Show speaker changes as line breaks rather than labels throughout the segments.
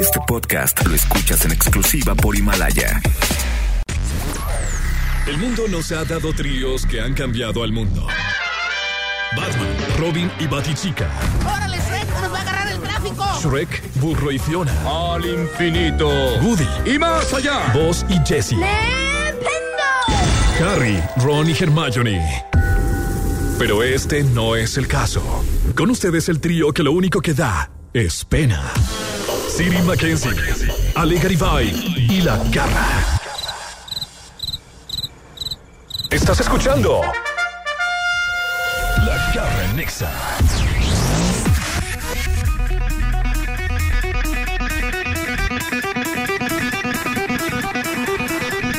Este podcast lo escuchas en exclusiva por Himalaya.
El mundo nos ha dado tríos que han cambiado al mundo. Batman, Robin y Batichica.
¡Órale, Shrek! ¡Nos va a agarrar el tráfico!
Shrek, Burro y Fiona.
Al infinito.
Woody,
Y más allá.
Buzz y Jesse. Harry, Ron y Hermione. Pero este no es el caso. Con ustedes el trío que lo único que da es pena. Siri Mackenzie, Ale Garibay y La Garra. Estás escuchando La Garra en Nexa.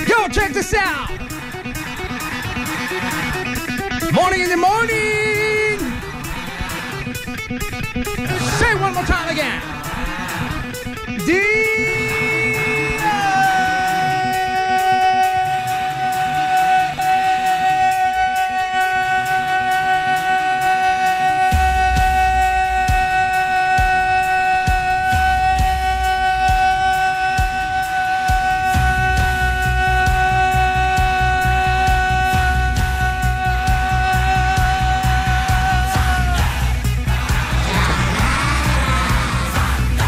Yo, check this out. Morning in the morning. Say one more time again.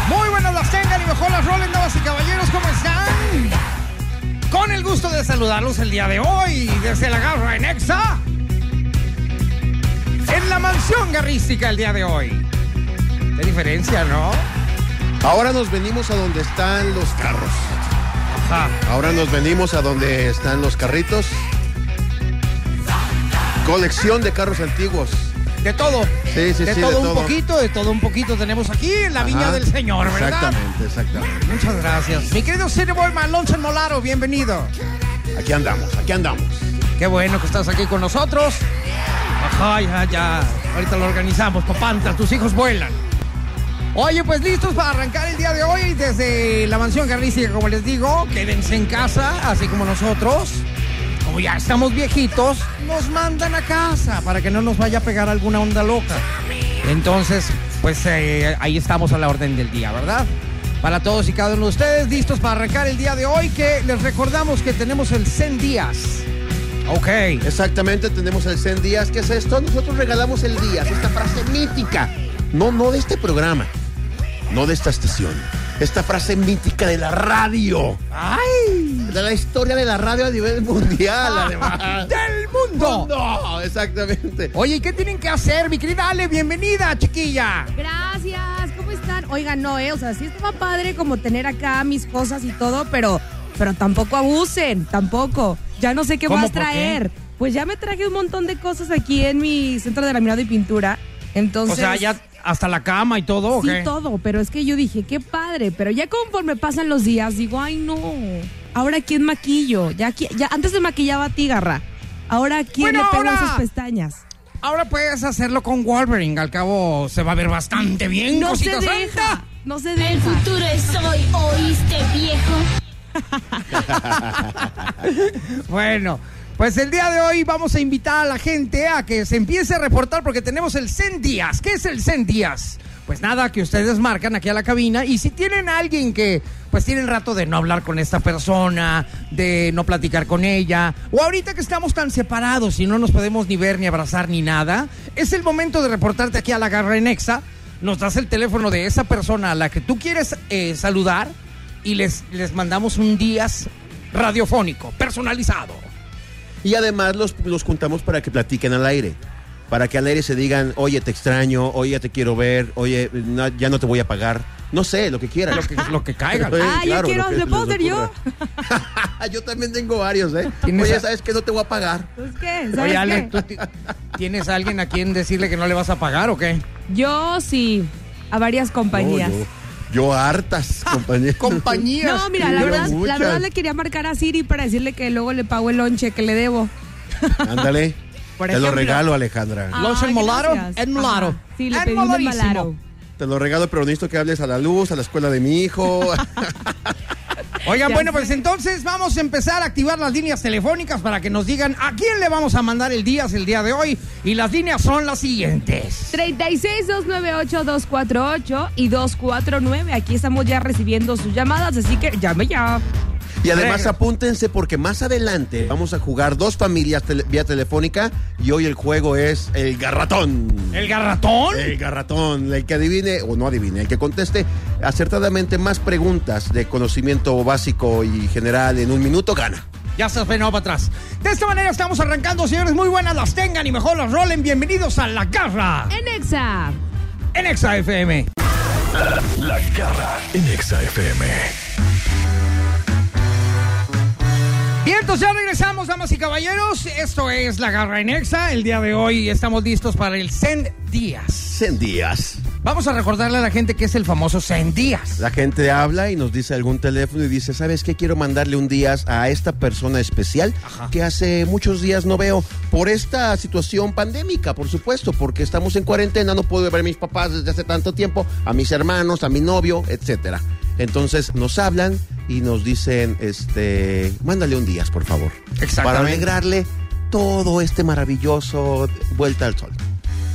Muy buenas las tengan y mejor las rolen, damas y caballeros, ¿cómo están? Con el gusto de saludarlos el día de hoy desde la garra en Exa. En la mansión garrística el día de hoy. Qué diferencia, ¿no?
Ahora nos venimos a donde están los carros.
Ajá.
Ahora nos venimos a donde están los carritos. Colección de carros antiguos.
De todo.
Sí, sí,
de
sí,
todo
de
un
todo.
poquito, de todo un poquito tenemos aquí en la viña
Ajá.
del Señor, ¿verdad?
Exactamente, exactamente.
Muchas gracias. Mi querido Cineboy Malonzo Molaro, bienvenido.
Aquí andamos, aquí andamos.
Qué bueno que estás aquí con nosotros. Ajá, ya, ya. Ahorita lo organizamos, papanta, tus hijos vuelan. Oye, pues listos para arrancar el día de hoy desde la mansión carnística, como les digo. Quédense en casa, así como nosotros. Como ya estamos viejitos, nos mandan a casa para que no nos vaya a pegar alguna onda loca. Entonces, pues eh, ahí estamos a la orden del día, ¿verdad? Para todos y cada uno de ustedes, listos para arrancar el día de hoy, que les recordamos que tenemos el 100 días. Ok.
Exactamente, tenemos el 100 días. ¿Qué es esto? Nosotros regalamos el día. Esta frase mítica. No, no de este programa. No de esta estación. Esta frase mítica de la radio.
¡Ay!
De la historia de la radio a nivel mundial, además.
¡Del mundo!
No, exactamente.
Oye, ¿y qué tienen que hacer, mi querida Ale? Bienvenida, chiquilla.
Gracias, ¿cómo están? Oigan, no, eh, o sea, sí estaba padre como tener acá mis cosas y todo, pero, pero tampoco abusen, tampoco. Ya no sé qué
¿Cómo?
vas a
¿Por qué?
traer. Pues ya me traje un montón de cosas aquí en mi centro de laminado y pintura. Entonces.
o sea, ya hasta la cama y todo, ¿o
Sí,
qué?
todo, pero es que yo dije, qué padre, pero ya conforme pasan los días, digo, ay no, ahora quién maquillo, ya, qui- ya antes se maquillaba a ti, garra, ahora quién
Bueno,
le pego
ahora.
a sus pestañas.
Ahora puedes hacerlo con Wolverine, al cabo se va a ver bastante bien,
No se
cosita
deja,
santa.
no se
El
deja.
futuro es hoy, ¿oíste, viejo?
Bueno, pues el día de hoy vamos a invitar a la gente a que se empiece a reportar porque tenemos el 100 días. ¿Qué es el 100 días? Pues nada, que ustedes marcan aquí a la cabina y si tienen a alguien que pues tienen rato de no hablar con esta persona, de no platicar con ella, o ahorita que estamos tan separados y no nos podemos ni ver ni abrazar ni nada, es el momento de reportarte aquí a la Garra en Exa. Nos das el teléfono de esa persona a la que tú quieres eh, saludar y les, les mandamos un días radiofónico, personalizado.
Y además los, los juntamos para que platiquen al aire. Para que al aire se digan, oye, te extraño, oye, te quiero ver, oye, no- ya no te voy a pagar. No sé, lo que quieran.
Lo que, lo que caiga.
Pero, eh,
Ah, yo quiero,
lo que
¿le
se
puedo
les
hacer yo?
ocurra. yo también tengo varios, ¿eh?
¿Tienes
Oye,
a-
¿sabes que No te voy a pagar.
Entonces, ¿qué? ¿Sabes
Oye, Ale,
qué?
¿tú ti- tienes a alguien a quien decirle que no le vas a pagar o qué?
Yo sí, a varias compañías.
No,
No,
yo, yo hartas, compañeros.
Compañías.
mira, la
Pero
verdad, la
muchas.
verdad le quería marcar a Siri para decirle que luego le pago el lonche que le debo.
Ándale.
Por
te lo
ejemplo.
regalo, Alejandra.
¿Lonche
Ah,
en molaro?
gracias.
En molaro.
Ajá. Sí, le
En
pedí un en
molarísimo.
molaro.
Te lo regalo, pero necesito que hables a la luz, a la escuela de mi hijo.
Oigan,
Ya
bueno, pues
sé.
entonces vamos a empezar a activar las líneas telefónicas para que nos digan a quién le vamos a mandar el día el día de hoy. Y las líneas son las siguientes.
36-298-248 y 249. Aquí estamos ya recibiendo sus llamadas, así que llame ya.
Y además
Venga.
apúntense porque más adelante vamos a jugar dos familias tele- vía telefónica y hoy el juego es el garratón.
¿El garratón?
El garratón, el que adivine o no adivine, el que conteste acertadamente más preguntas de conocimiento básico y general en un minuto gana.
Ya se has frenado para atrás. De esta manera estamos arrancando, señores. Muy buenas las tengan y mejor las rolen. Bienvenidos a La Garra
En Exa.
en Exa FM.
La garra en Exa FM.
Bien, entonces ya regresamos, damas y caballeros. Esto es La Garra en Exa. El día de hoy estamos listos para el Send Díaz.
Cien días.
Vamos a recordarle a la gente que es el famoso Send Díaz.
La gente habla y nos dice algún teléfono y dice, ¿sabes qué? Quiero mandarle un día a esta persona especial
Ajá.
que hace muchos días no veo por esta situación pandémica, por supuesto, porque estamos en cuarentena, no puedo ver a mis papás desde hace tanto tiempo, a mis hermanos, a mi novio, etcétera. Entonces nos hablan y nos dicen, este, mándale un día, por favor.
Exactamente.
Para alegrarle todo este maravilloso vuelta al sol.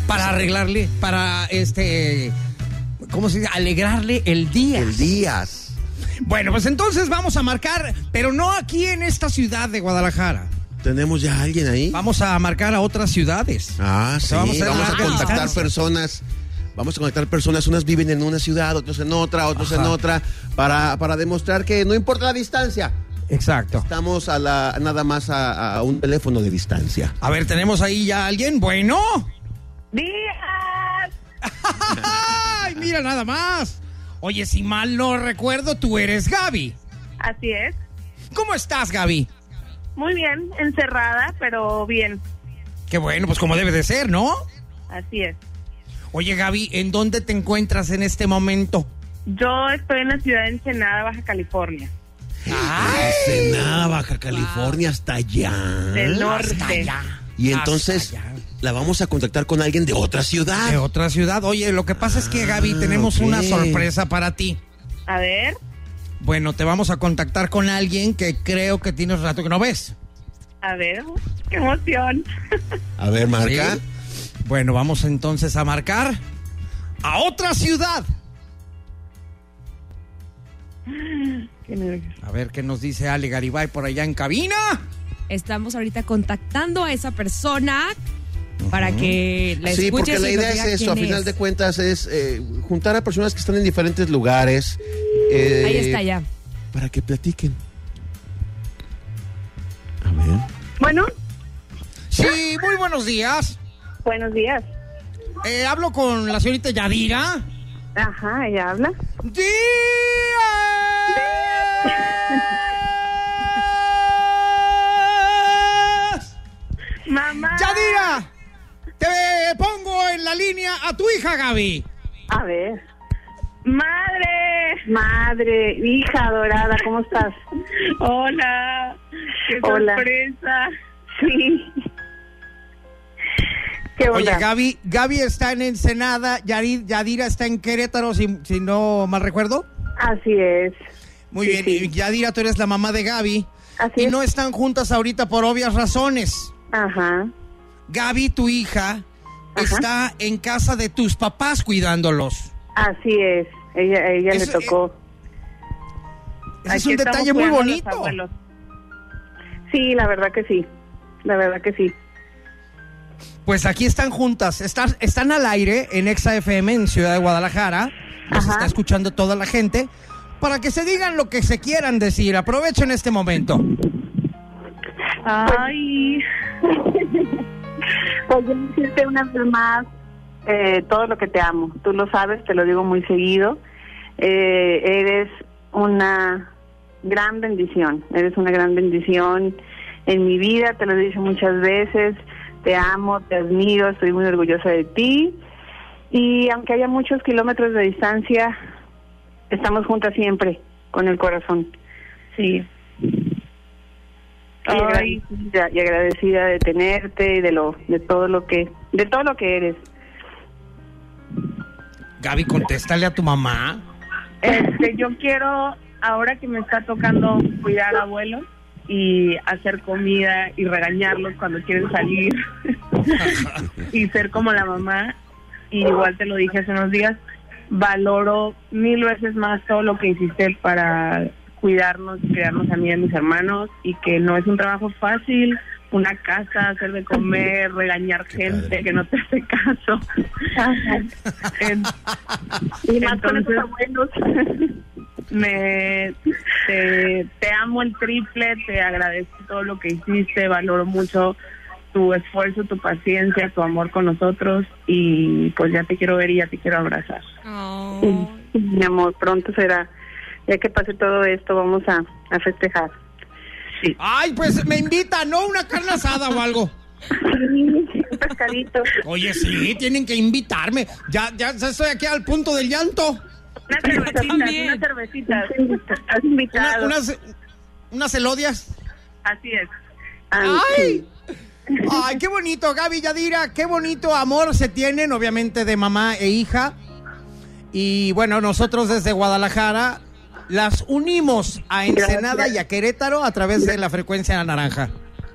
Para arreglarle, para este. ¿Cómo se dice? Alegrarle el día.
El días.
Bueno, pues entonces vamos a marcar, pero no aquí en esta ciudad de Guadalajara.
¿Tenemos ya a alguien ahí?
Vamos a marcar a otras ciudades.
Ah, sí.
sea, vamos
Vamos
a
a,
hacer larga
contactar
distancia.
personas. Vamos a contactar personas. Unas viven en una ciudad, otros en otra, otros en
Ajá.
otra, para, para demostrar que no importa la distancia.
Exacto.
Estamos a la, nada más a, a un teléfono de distancia.
A ver, tenemos ahí ya a alguien. Bueno.
Días.
Ay, mira nada más. Oye, si mal no recuerdo, tú eres Gaby.
Así es.
¿Cómo estás, Gaby?
Muy bien, encerrada, pero bien.
Qué bueno, pues como debe de ser, ¿no?
Así es.
Oye, Gaby, ¿en dónde te encuentras en este momento?
Yo estoy en la ciudad de Ensenada, Baja California,
Ay,
Ensenada, Baja California, hasta allá.
del
hasta
norte.
allá.
Y entonces
Hasta allá.
la vamos a contactar con alguien de otra ciudad.
De otra ciudad. Oye, lo que pasa es que, Gaby, tenemos
Ah, ok.
una sorpresa para ti.
A ver,
Bueno, te vamos a contactar con alguien que creo que tienes rato que no ves.
a ver, qué emoción.
A ver, marca.
Sí. Bueno, vamos entonces a marcar a otra ciudad.
Qué nervios.
A ver qué nos dice Ale Garibay por allá en cabina.
Estamos ahorita contactando a esa persona para que la
sí,
escuches
porque la
y nos
idea
diga
es eso,
quién
a final
es.
de cuentas es eh, juntar a personas que están en diferentes lugares. eh,
Ahí está ya.
Para que platiquen. A ver.
Bueno,
Sí, muy buenos días.
buenos días.
Eh, hablo con la señorita Yadira.
Ajá, ella habla.
¡Días!
Mamá.
¡Yadira! Te pongo en la línea a tu hija, Gaby.
A ver. Madre. Madre, hija dorada, ¿cómo estás? Hola. Qué sorpresa. Sí. Qué
Oye, Gaby, Gaby está en Ensenada, Yari- Yadira está en Querétaro, si, si no mal recuerdo.
Así es.
Muy
Sí,
bien,
sí.
y Yadira, tú eres la mamá de Gaby.
Así
y
es.
no están juntas ahorita por obvias razones.
Ajá.
Gaby, tu hija,
Ajá.
está en casa de tus papás cuidándolos.
Así es. Ella, a ella
Eso,
le tocó.
Ese es
Aquí estamos
un detalle muy
cuidando a los
bonito.
abuelos. Sí, la verdad que sí. La verdad que sí.
Pues aquí están juntas, están, están al aire en Exa FM en Ciudad de Guadalajara. Nos
Ajá.
está escuchando toda la gente. Para que se digan lo que se quieran decir, aprovechen este momento.
Ay.
Pues yo decirte una vez más eh, todo lo que te amo. Tú lo sabes, te lo digo muy seguido. Eh, eres una gran bendición, eres una gran bendición en mi vida, te lo he dicho muchas veces. Te amo, te admiro, estoy muy orgullosa de ti. Y aunque haya muchos kilómetros de distancia, estamos juntas siempre, con el corazón.
Sí.
Y
Ay.
agradecida, y agradecida de tenerte y de lo de todo lo que de todo lo que eres
Gaby, contéstale a tu mamá.
Este, yo quiero ahora que me está tocando cuidar a abuelos y hacer comida y regañarlos cuando quieren salir y ser como la mamá, y igual te lo dije hace unos días, valoro mil veces más todo lo que hiciste para cuidarnos, cuidarnos a mí y a mis hermanos y que no es un trabajo fácil, una casa, hacer de comer, regañar gente que no te hace caso. En-
Y más con esos
Entonces-
abuelos.
me te, te amo el triple, te agradezco todo lo que hiciste, valoro mucho tu esfuerzo, tu paciencia, tu amor con nosotros y pues ya te quiero ver y ya te quiero abrazar.
Oh.
Mi amor, pronto será. Ya que pase todo esto, vamos a, a festejar.
Ay, pues me invita, ¿no? Una carne asada o algo.
Un pescadito.
Oye, sí, tienen que invitarme. Ya, ya estoy aquí al punto del llanto.
Unas cervecitas,
también.
unas cervecitas.
Has
Una-
invitado.
unas, unas elodias.
Así es.
Ah,
¡Ay! ¡Ay, qué bonito, Gaby Yadira! ¡Qué bonito amor se tienen, obviamente, de mamá e hija! Y bueno, nosotros desde Guadalajara las unimos a Ensenada y a Querétaro a través de la frecuencia naranja.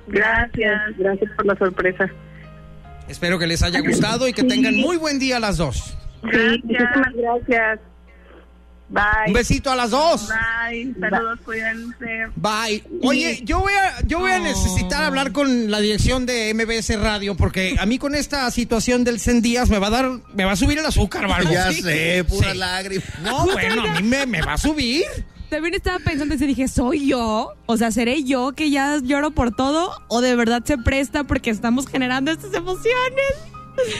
Gracias.
Gracias por la sorpresa.
Espero que les haya gustado y que tengan muy buen día las dos.
Gracias.
Sí, muchísimas gracias. Bye.
Un besito a las dos.
Bye. Saludos, cuídense.
Bye. Oye, yo voy a, yo voy a necesitar hablar con la dirección de MBS Radio porque a mí con esta situación del 100 días me va a dar, me va a subir el azúcar, ¿vale?
Ya
Sí.
sé, pura
Sí.
lágrima.
No, bueno, a mí me, me va a subir.
También estaba pensando y sí dije, ¿soy yo? O sea, ¿seré yo que ya lloro por todo? ¿O de verdad se presta porque estamos generando estas emociones?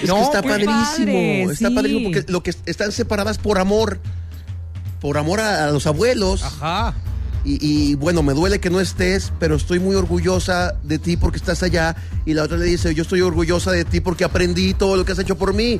Es que está
qué
padrísimo.
padre,
está
sí.
padrísimo porque lo que están separadas por amor. Por amor a, a los abuelos.
Ajá.
Y, y, bueno, me duele que no estés, pero estoy muy orgullosa de ti porque estás allá. Y la otra le dice, yo estoy orgullosa de ti porque aprendí todo lo que has hecho por mí.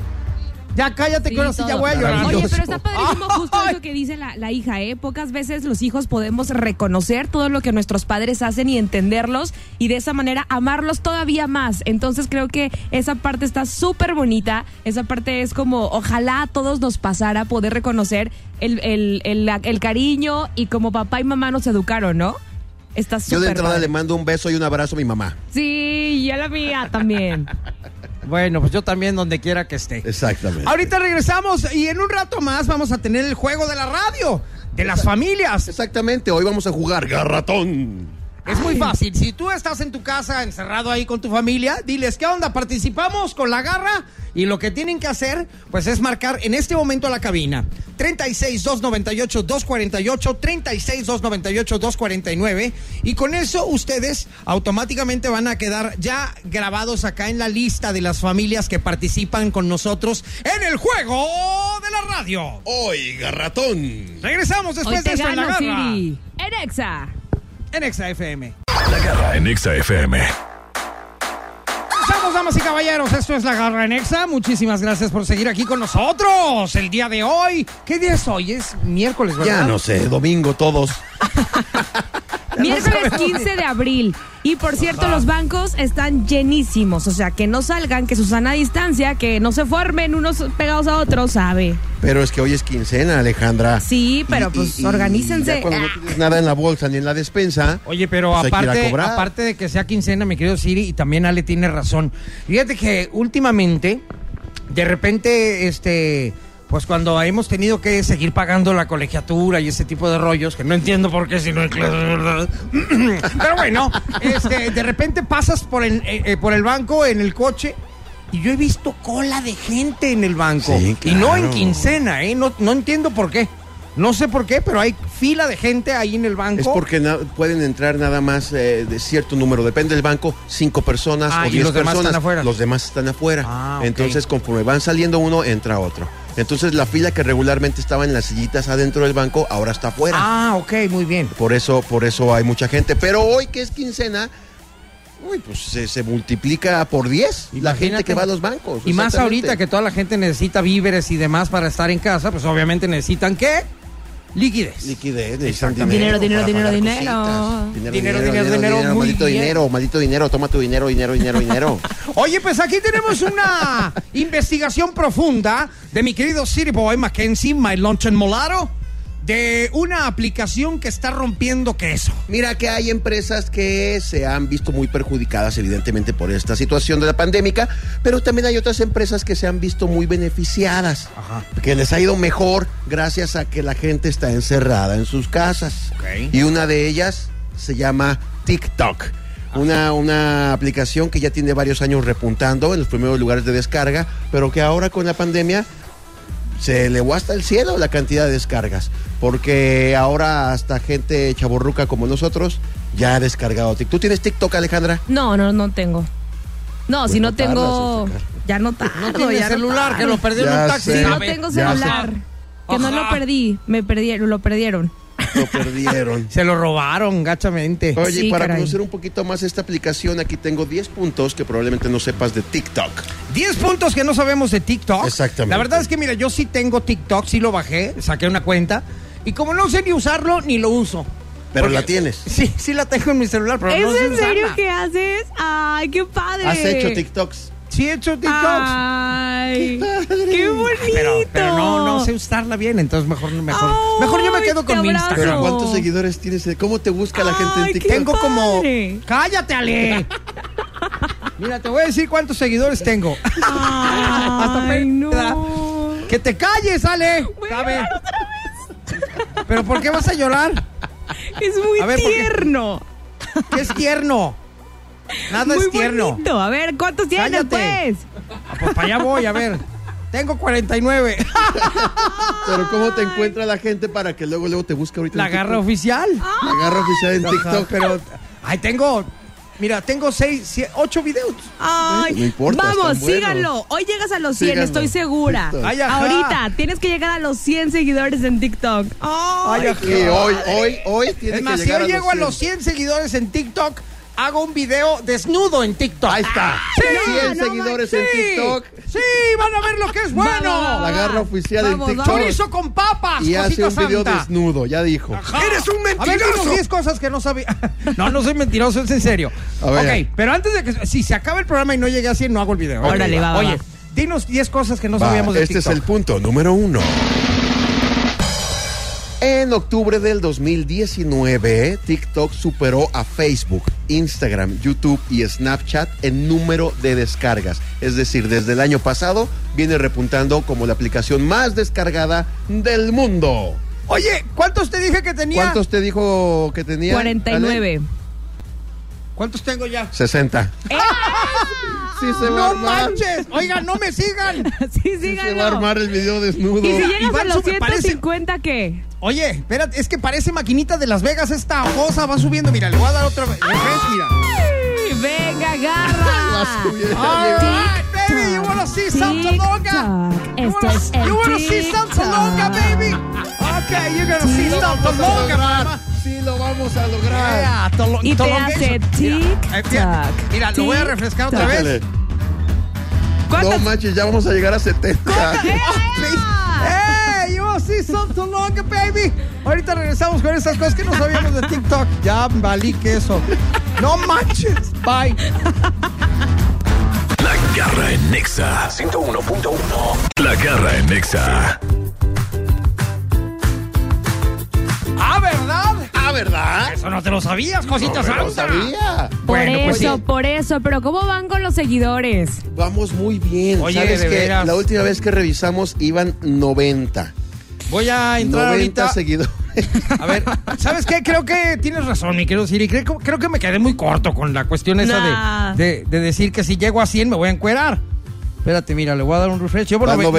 Ya cállate que ahora sí
todo.
ya voy a llorar.
Oye,
Maravilloso.
pero está padrísimo justo
Ay.
eso que dice la, la hija, ¿eh? Pocas veces los hijos podemos reconocer todo lo que nuestros padres hacen y entenderlos y de esa manera amarlos todavía más. Entonces creo que esa parte está súper bonita. Esa parte es como, ojalá a todos nos pasara poder reconocer el, el- el- la- el cariño y como papá y mamá nos educaron, ¿no? Está súper
Yo de entrada
padre.
le mando un beso y un abrazo a mi mamá.
Sí, y a la mía también.
Bueno, pues yo también donde quiera que esté.
Exactamente.
Ahorita regresamos y en un rato más vamos a tener el juego de la radio, de las familias.
Exactamente, hoy vamos a jugar garratón.
Es muy fácil. Si tú estás en tu casa encerrado ahí con tu familia, diles qué onda, participamos con la garra y lo que tienen que hacer pues es marcar en este momento a la cabina 36 298 248 36 298 249 y con eso ustedes automáticamente van a quedar ya grabados acá en la lista de las familias que participan con nosotros en el juego de la radio.
Hoy, garratón.
Regresamos
Hoy
después de
te
esto en la
gano,
garra
Siri. En Exa.
en Exa FM.
La garra en Exa FM.
Regresamos, damas y caballeros. Esto es La Garra en Exa. Muchísimas gracias por seguir aquí con nosotros el día de hoy. ¿Qué día es hoy? Es miércoles, ¿verdad?
Ya no sé, domingo todos.
Miércoles 15 de abril. Y por cierto, los bancos están llenísimos. O sea, que no salgan, que su sana distancia, que no se formen unos pegados a otros, ¿sabe?
Pero es que hoy es quincena, Alejandra.
Sí, pero pues organícense.
ya cuando no
Ah.
tienes nada en la bolsa ni en la despensa.
Oye, pero
pues hay que ir a
aparte,
cobrar.
aparte de que sea quincena, mi querido Siri, y también Ale tiene razón. Fíjate que últimamente, de repente, este, pues cuando hemos tenido que seguir pagando la colegiatura y ese tipo de rollos, que no entiendo por qué si no hay clases, ¿verdad? Pero bueno, este, de repente pasas por el, eh, eh, por el banco en el coche. Y yo he visto cola de gente en el banco.
Sí,
Y no en
claro.
quincena, ¿eh? No, no entiendo por qué. No sé por qué, pero hay fila de gente ahí en el banco.
Es porque na- pueden entrar nada más eh, de cierto número, depende del banco, cinco personas
Ah,
o
y
diez
los demás
personas.
están afuera.
Los demás están afuera.
Ah, ok.
Entonces, conforme van saliendo uno, entra otro. Entonces, la fila que regularmente estaba en las sillitas adentro del banco, ahora está afuera.
Ah, ok, muy bien.
Por eso, por eso hay mucha gente. Pero hoy que es quincena, uy, pues se, se multiplica por 10 la
Imagínate.
gente que va a los bancos.
Y más
exactamente.
ahorita que toda la gente necesita víveres y demás para estar en casa, pues obviamente necesitan qué? Liquidez.
Liquidez, necesitan
Dinero, dinero,
para
dinero,
pagar
dinero.
cositas.
Dinero,
Dinero,
dinero, dinero, muy
maldito
bien.
dinero, maldito dinero, toma tu dinero, dinero, dinero, dinero.
Oye, pues aquí tenemos una investigación profunda de mi querido Sir Boy Mackenzie, My Lunch and Molaro, de una aplicación que está rompiendo queso.
Mira que hay empresas que se han visto muy perjudicadas, evidentemente, por esta situación de la pandemia, pero también hay otras empresas que se han visto muy beneficiadas,
Ajá.
que les ha ido mejor gracias a que la gente está encerrada en sus casas.
Ok.
Y una de ellas se llama TikTok. Una, una aplicación que ya tiene varios años repuntando en los primeros lugares de descarga, pero que ahora con la pandemia se elevó hasta el cielo la cantidad de descargas, porque ahora hasta gente chaborruca como nosotros ya ha descargado TikTok. ¿Tú tienes TikTok, Alejandra?
No, no, no tengo. No, si no
no tardas
tengo.
en sacar.
Ya no tardo.
No tiene
Ah, ya
celular, que lo
tardo.
perdí en
Ya
un taxi.
sé.
Sí,
Ya
no
ve,
tengo
ya
celular. Que no lo
Ajá.
perdí. Me perdieron, lo perdieron.
Lo perdieron.
Se lo robaron gachamente.
Oye,
Sí,
para
caray.
conocer un poquito más esta aplicación, aquí tengo 10 puntos que probablemente no sepas de TikTok.
10 puntos que no sabemos de TikTok.
Exactamente.
La verdad es que, mira, yo sí tengo TikTok, sí lo bajé, saqué una cuenta. Y como no sé ni usarlo, ni lo uso.
Pero
Porque-
la tienes.
Sí, sí la tengo en mi celular, pero no
¿Es
sé
en serio
usarla.
que haces? ¡Ay, qué padre!
Has hecho TikToks.
Sí he hecho TikToks.
Ah, ¡Ay! ¡Qué bonito!
Pero, pero no, no sé usarla bien, entonces mejor, mejor,
Ay,
mejor yo me quedo con
te
mi
abrazo.
Instagram.
Pero ¿cuántos seguidores tienes? ¿Cómo te busca la gente en
Ay, qué
TikTok?
Tengo como...
padre.
¡Cállate, Ale! Mira, te voy a decir cuántos seguidores tengo. Hasta
¡Ay,
pena.
no!
¡Que te calles, Ale!
Voy a
¿Sabe?
llorar otra
¿Pero por qué vas a llorar?
vez. Es muy
A ver, ¿por qué?
tierno.
¿Qué es tierno? Nada
muy
es tierno.
bonito. A ver, ¿cuántos tienes,
Cállate.
pues?
Ah, pues para allá voy, a ver. Tengo 49.
Pero ¿cómo te encuentra la gente para que luego luego te busque ahorita?
La
en
garra
TikTok?
oficial.
La garra oficial en TikTok.
pero. Ay, tengo. Mira, tengo 6, 8 videos.
Ay,
No importa,
vamos,
están buenos.
síganlo. Hoy llegas a los 100,
Síganlo.
estoy segura.
TikTok.
Ay, ajá.
Ahorita tienes que llegar a los 100 seguidores en TikTok. Ay,
Ay,
Y hoy, hoy, hoy tiene
Es más,
que
si yo
llegar
llego a los
100.
100 seguidores en TikTok, hago un video desnudo en TikTok.
Ahí está.
Sí,
100
no
seguidores
sí,
en TikTok.
Sí, van a ver lo que es
Va, va,
bueno.
La garra oficial en
Vamos,
TikTok.
Chorizo con papas,
Y hace
cosita
un video
santa.
desnudo, ya dijo.
¡Eres un mentiroso! A ver, dinos 10 cosas que no sabía. No, no soy mentiroso, es en serio.
A ver.
Ok, pero antes de que... Si se acaba el programa y no llegue a 100, no hago el video. ¿eh?
Órale, va, va,
Oye,
va.
dinos 10 cosas que no
Va,
sabíamos de
este es
TikTok.
el punto número uno. En octubre del 2019, TikTok superó a Facebook, Instagram, YouTube y Snapchat en número de descargas. Es decir, desde el año pasado viene repuntando como la aplicación más descargada del mundo.
Oye, ¿cuántos te dije que tenía?
¿Cuántos te dijo que tenía?
49.
¿Cuántos tengo ya?
60. Sí se va a
¡No
armar.
manches! Oigan, no me sigan.
sí,
Sí se va a
síganlo.
armar el video desnudo.
y si llegas
Iván,
a los
eso me parece-
150, ¿qué?
Oye, espérate, es que parece maquinita de Las Vegas esta cosa. Va subiendo, mira, le voy a dar otra vez. Mira.
Ay, ¡Venga,
Las
agarra!
hubiera
All
llegado.
right, baby, you wanna see something longer?
TikTok.
You wanna,
Este es el
you wanna see
TikTok.
something longer, baby? Okay, you're gonna see
Sí lo
something
vamos a
longer,
lograr.
mama.
Sí lo vamos a lograr.
Yeah, tolo-
Y te
tolongation.
hace
Mira, ahí está.
tic-tac,
Mira, lo voy a refrescar otra
tic-tac.
vez.
No
¿Cuántas?
manches, ya vamos a llegar a 70.
Eh, Hey, you wanna see something longer, baby? Ahorita regresamos con esas cosas que no sabíamos de TikTok. Ya valí queso. No manches. Bye.
La garra en Nexa 101.1. La garra en Nexa.
Ah, ¿verdad?
Ah, ¿verdad?
Eso no te lo sabías, cosita
No lo
santa.
sabía.
Por
Bueno, pues
eso,
sí.
por eso. Pero ¿cómo van con los seguidores?
Vamos muy bien.
Oye,
¿Sabes
de
qué?
veras.
La última vez que revisamos iban 90.
Voy a entrar
90
ahorita.
seguidores.
A ver, ¿sabes qué? Creo que tienes razón, mi querido Siri. Creo, creo que me quedé muy corto con la cuestión esa de-
Nah.
de, de decir que si llego a 100 me voy a encuerar. Espérate, mira, le voy a dar un refresh. Yo por
Va
nove-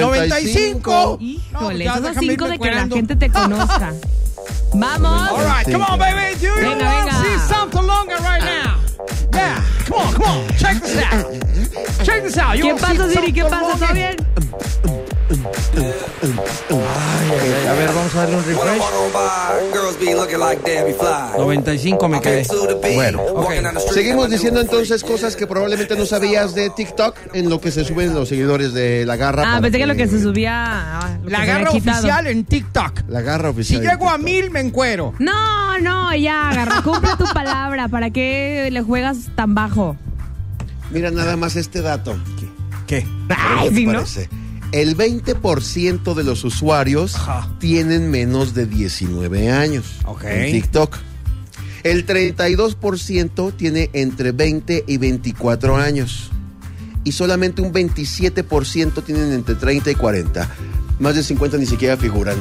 95.
95.
Híjole,
Oh. No, pues ya,
esos
déjame
cinco
irme
de que la
encuerando.
gente te conozca. ¡Vamos!
All right, come on, baby. Do you
Venga,
wanna
venga.
see something longer right now? Yeah, come on, come on. Check this out. Check this out. You
¿Qué
wanna
pasa,
see
Siri? ¿Qué
something
pasa? ¿Todo
longer?
bien?
A ver, vamos a darle un refresh. 95 me quedé.
Bueno,
Ok.
seguimos diciendo entonces cosas que probablemente no sabías de TikTok en lo que se suben los seguidores de la garra.
Ah,
para
pensé que lo que se subía. ah, lo
pues La
que se había
garra
quitado.
oficial en TikTok.
La garra
Si
oficial. de
llego a
TikTok.
mil, me encuero.
No, no, ya, agarra, cumple tu palabra. ¿Para qué le juegas tan bajo?
Mira nada más este dato.
¿Qué?
Pero, ¿qué
Ay,
te
sí, ¿no?
parece? el 20% de los usuarios
Ajá.
tienen menos de 19 años
Ok.
en TikTok. El 32% tiene entre 20 y 24 años. Y solamente un 27% tienen entre 30 y 40. Más de 50 ni siquiera figuran.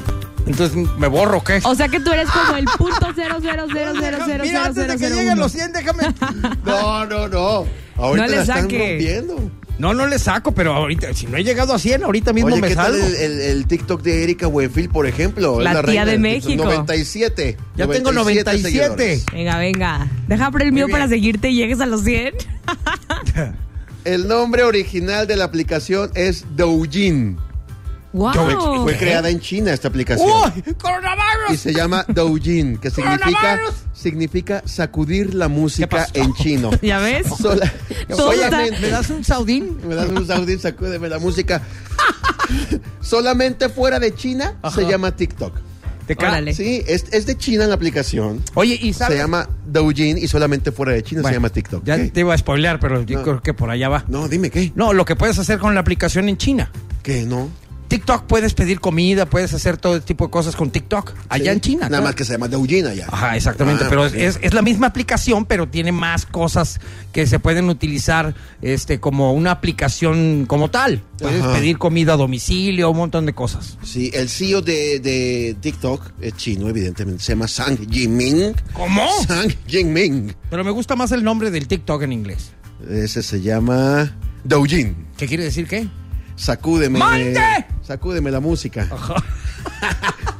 Entonces, ¿me borro o qué?
O sea que tú eres como el punto cero cero Ah, cero cero cero
Mira,
cero
antes de
cero
que
cero
lleguen
uno.
los 100, déjame.
No, no, no. Ahorita
No le
la están
saque.
rompiendo.
No, no le saco, pero ahorita, si no he llegado a 100, ahorita mismo
Oye,
me
¿qué
salgo.
tal el, el- el TikTok de Erika Buenfil, por ejemplo?
La tía
reina
de
del
México.
97.
Ya tengo 97.
seguidores.
Venga, venga. Deja por el mío
bien.
para seguirte y llegues a los 100.
El nombre original de la aplicación es Douyin. Fue,
Wow.
fue creada en China esta aplicación.
¡Uy! ¡Coronavirus!
Y se llama Doujin, que significa,
¡Coronavirus!
significa sacudir la música
¿Qué pasó?
en chino.
¿Ya ves?
Sola-
Todo está-
solamente-
¿Me das un saudín?
Me das un saudín, sacúdeme la música. Solamente fuera de China
Ajá.
se llama TikTok.
Te ca-
Órale.
Sí, es, es de China la aplicación.
Oye, y sabes.
Se llama Doujin y solamente fuera de China
Bueno,
se llama TikTok.
Ya
¿Qué?
te iba a spoilear, pero yo
No.
creo que por allá va.
No, dime qué.
No, lo que puedes hacer con la aplicación en China.
¿Qué no?
TikTok puedes pedir comida, puedes hacer todo tipo de cosas con TikTok. Allá
Sí.
en China.
Nada
claro.
más que se llama Doujin allá.
Ajá, exactamente.
Ah,
pero
ok.
es, es la misma aplicación, pero tiene más cosas que se pueden utilizar este, como una aplicación como tal. Puedes
Ajá.
pedir comida a domicilio, un montón de cosas.
Sí, el CEO de, de TikTok es chino, evidentemente. Se llama Sang Jinming.
¿Cómo?
Sang Jinming.
Pero me gusta más el nombre del TikTok en inglés.
Ese se llama Doujin.
¿Qué quiere decir qué?
Sacúdeme.
¡Mande!
Sacúdeme la música.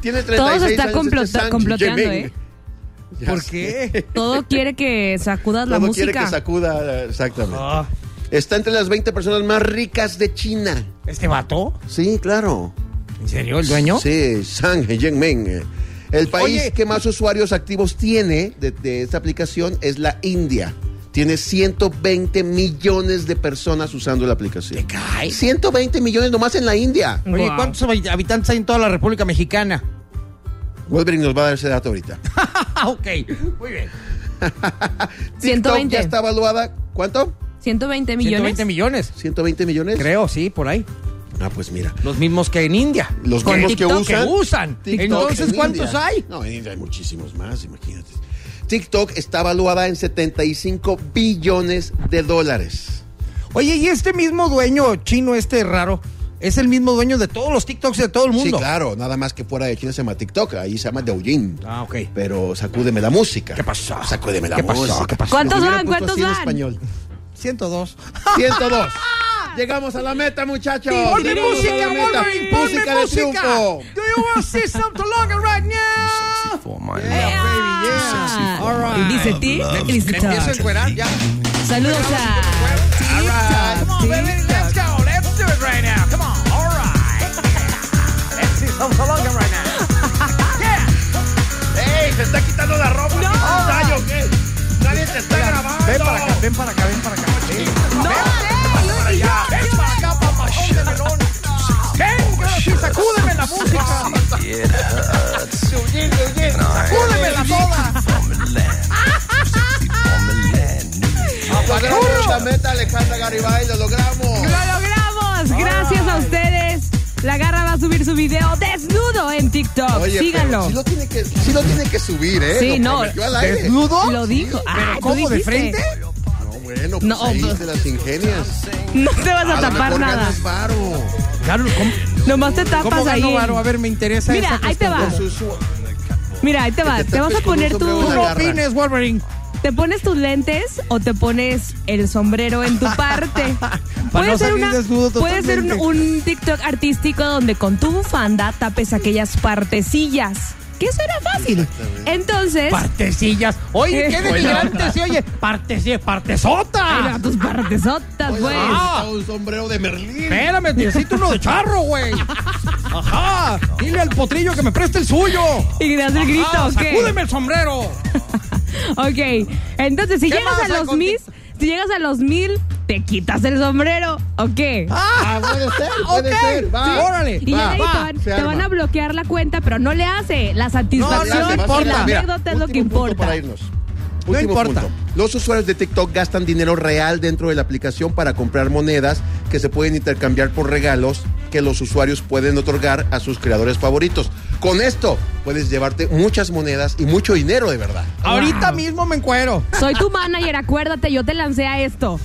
Tiene 36
Todos está
años este
complota-
Sang
comploteando,
Jinming.
¿eh?
Ya
¿Por
sé.
qué?
Todo quiere que sacudas la
Todo quiere que
música.
sacuda, exactamente.
Ah,
Está entre las 20 personas más ricas de China.
¿Este vato?
Sí, claro.
¿En serio? ¿El dueño?
Sí, Sang Jinming. El país
Oye.
que más usuarios activos tiene de, de esta aplicación es la India. Tiene 120 millones de personas usando la aplicación.
cae?
120 millones nomás en la India.
Oye,
Guau.
¿cuántos habi- habitantes hay en toda la República Mexicana?
Wolverine nos va a dar ese dato ahorita.
Ah, ok. Muy bien.
TikTok
120.
ya está evaluada. ¿Cuánto?
120 millones.
120 millones.
120 millones.
Creo, sí, por ahí.
Ah, pues mira.
Los mismos que en India.
Los
Con
mismos que
TikTok
usan. TikTok
Entonces,
en
¿cuántos
India.
hay?
No, en India hay muchísimos más, imagínate. TikTok está evaluada en 75 billones de dólares.
Oye, y este mismo dueño chino, este raro, es el mismo dueño de todos los TikToks de todo el
Sí,
mundo.
claro, nada más que fuera de China se llama TikTok, ahí se llama Douyin.
Ah, ok.
Pero sacúdeme la música.
¿Qué pasó?
Sacúdeme la
¿Qué pasó?
música.
¿Qué pasó?
¿Cuántos
Lo hubiera
van?
puesto
¿Cuántos
así en
van?
español.
102.
102. Llegamos a la meta, muchachos.
¡Ponme
Llegamos a
música,
la meta.
Wolverine! ¡Ponme
Música de triunfo.
Do you want to see something longer right now?
¡Ea!
All right.
Y Dice ti, y dice
Me empiezo a
toc.
encuerar ya.
Saludos a.
Come on, baby, let's go. Let's do it right now. Come on. All right. Let's see something longer right now.
¡Ey! ¡Se está quitando la ropa! ¡No! daño, qué? ¡Nadie te está grabando!
Ven para acá, ven para acá, ven para acá.
allá!
Ven para acá, papachón de melón. Ven, gracias, sacúdeme la música. Sacúdeme la toda.
Logramos la meta, Alejandra Garibay, lo logramos.
¡Lo logramos! Gracias a ustedes. La garra va a subir su video desnudo en TikTok.
Oye, pero
Síganlo.
sí lo tiene que, sí lo tiene que subir, ¿eh?
Sí,
Lo
no.
prometió al aire.
¿Desnudo?
Lo dijo. Ah,
¿Pero
¿tú
cómo? ¿De
dijiste?
frente?
No, bueno, pues
No,
ahí
pues-
se las ingenias.
No te vas a,
A lo
tapar
mejor
nada.
ganas varo.
Carlos, ¿cómo,
Nomás te
cómo
tapas
ganó
Ah, ahí.
Varo? A ver, me interesa
Mira,
esa
ahí te va.
cuestión.
Su- su-
Mira, ahí te va.
te
Te vas a
tapes con un
poner tu.
sombrero
Tú
Una
no
garra.
opines, Wolverine.
¿Te pones tus lentes o te pones el sombrero en tu parte? Puede
no
ser,
salir
una-
desnudo
puede ser un,
totalmente.
un TikTok artístico donde con tu bufanda tapes aquellas partecillas. Que eso era fácil. Entonces,
Partecillas. Oye, qué
Eh.
denigrante se oye. Partecillas, partezota.
era ah, tus partesotas, pues.
Ah, un sombrero de Merlín.
Ah.
Espérame, necesito uno de charro, güey. Ajá. Dile al potrillo que me preste el suyo.
Y das el grito,
Ah,
¿o qué?
sacúdeme el sombrero.
Ok, entonces si
¿Qué
llegas
más
a
hay
los
con
mil, si llegas a los mil, te quitas el sombrero, ¿o qué?
Ah, puede ser, puede
ok.
ser. Va.
Sí, órale.
Y ya
Va,
de ahí
va,
te, van,
se
te
arma.
van a bloquear la cuenta, pero no le hace. La
No, no
satisfacción, y
importa.
la
Mira,
anécdota es lo que
último punto
importa.
Para irnos. Último
importa.
punto. Los usuarios de TikTok gastan dinero real dentro de la aplicación para comprar monedas que se pueden intercambiar por regalos que los usuarios pueden otorgar a sus creadores favoritos. Con esto puedes llevarte muchas monedas y mucho dinero de verdad.
Ahorita mismo me encuero.
Soy tu manager, acuérdate, yo te lancé a esto.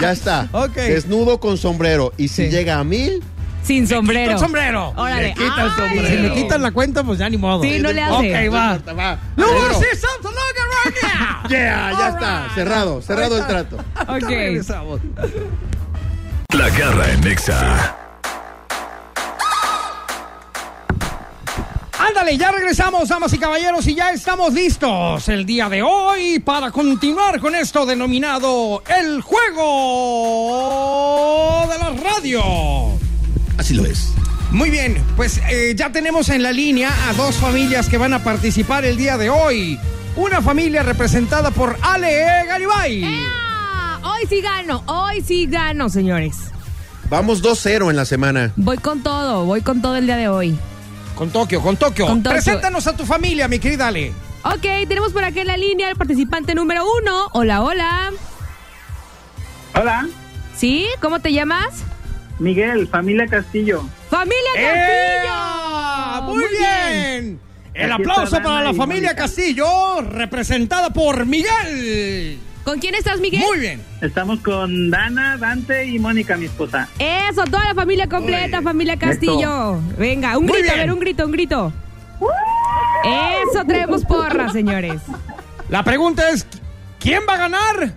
Ya está.
Ok.
Desnudo con sombrero. Y si
Sí.
llega a mil,
Sin sombrero.
Quito el sombrero.
Órale.
Le quita el sombrero. Si me quitan la cuenta, pues ya ni modo.
Sí, no le hace.
Ok, va.
corta, va.
No,
Negro.
see something like it right now.
Yeah, ya
All
está.
right.
Cerrado, cerrado el trato.
Ahorita
Ok.
regresamos.
La garra en Nexa.
Ándale, ya regresamos, damas y caballeros, y ya estamos listos el día de hoy para continuar con esto denominado el juego de la radio.
Así lo es.
Muy bien, pues eh, ya tenemos en la línea a dos familias que van a participar el día de hoy. Una familia representada por Ale Garibay.
¡Ea! Hoy sí gano, hoy sí gano, señores.
Vamos 2-0 en la semana.
Voy con todo, voy con todo el día de hoy.
Con Tokio, con Tokio.
Con Tokio.
Preséntanos a tu familia, mi querida Ale.
Ok, tenemos por aquí en la línea el participante número uno. Hola, hola.
Hola,
¿Sí? ¿Cómo te llamas?
Miguel, familia Castillo.
¡Familia
¡Ea!
Castillo!
Muy, bien. El
Aquí
aplauso
está Dana
para la
y
familia
Mónica.
Castillo, representada por Miguel.
¿Con quién estás, Miguel?
Muy bien.
Estamos con Dana, Dante y Mónica, mi esposa.
Eso, toda la familia completa, familia Castillo. Venga, un
Muy
grito, a
bien.
ver, un grito, un grito. Eso traemos porras, señores.
La pregunta es, ¿quién va a ganar?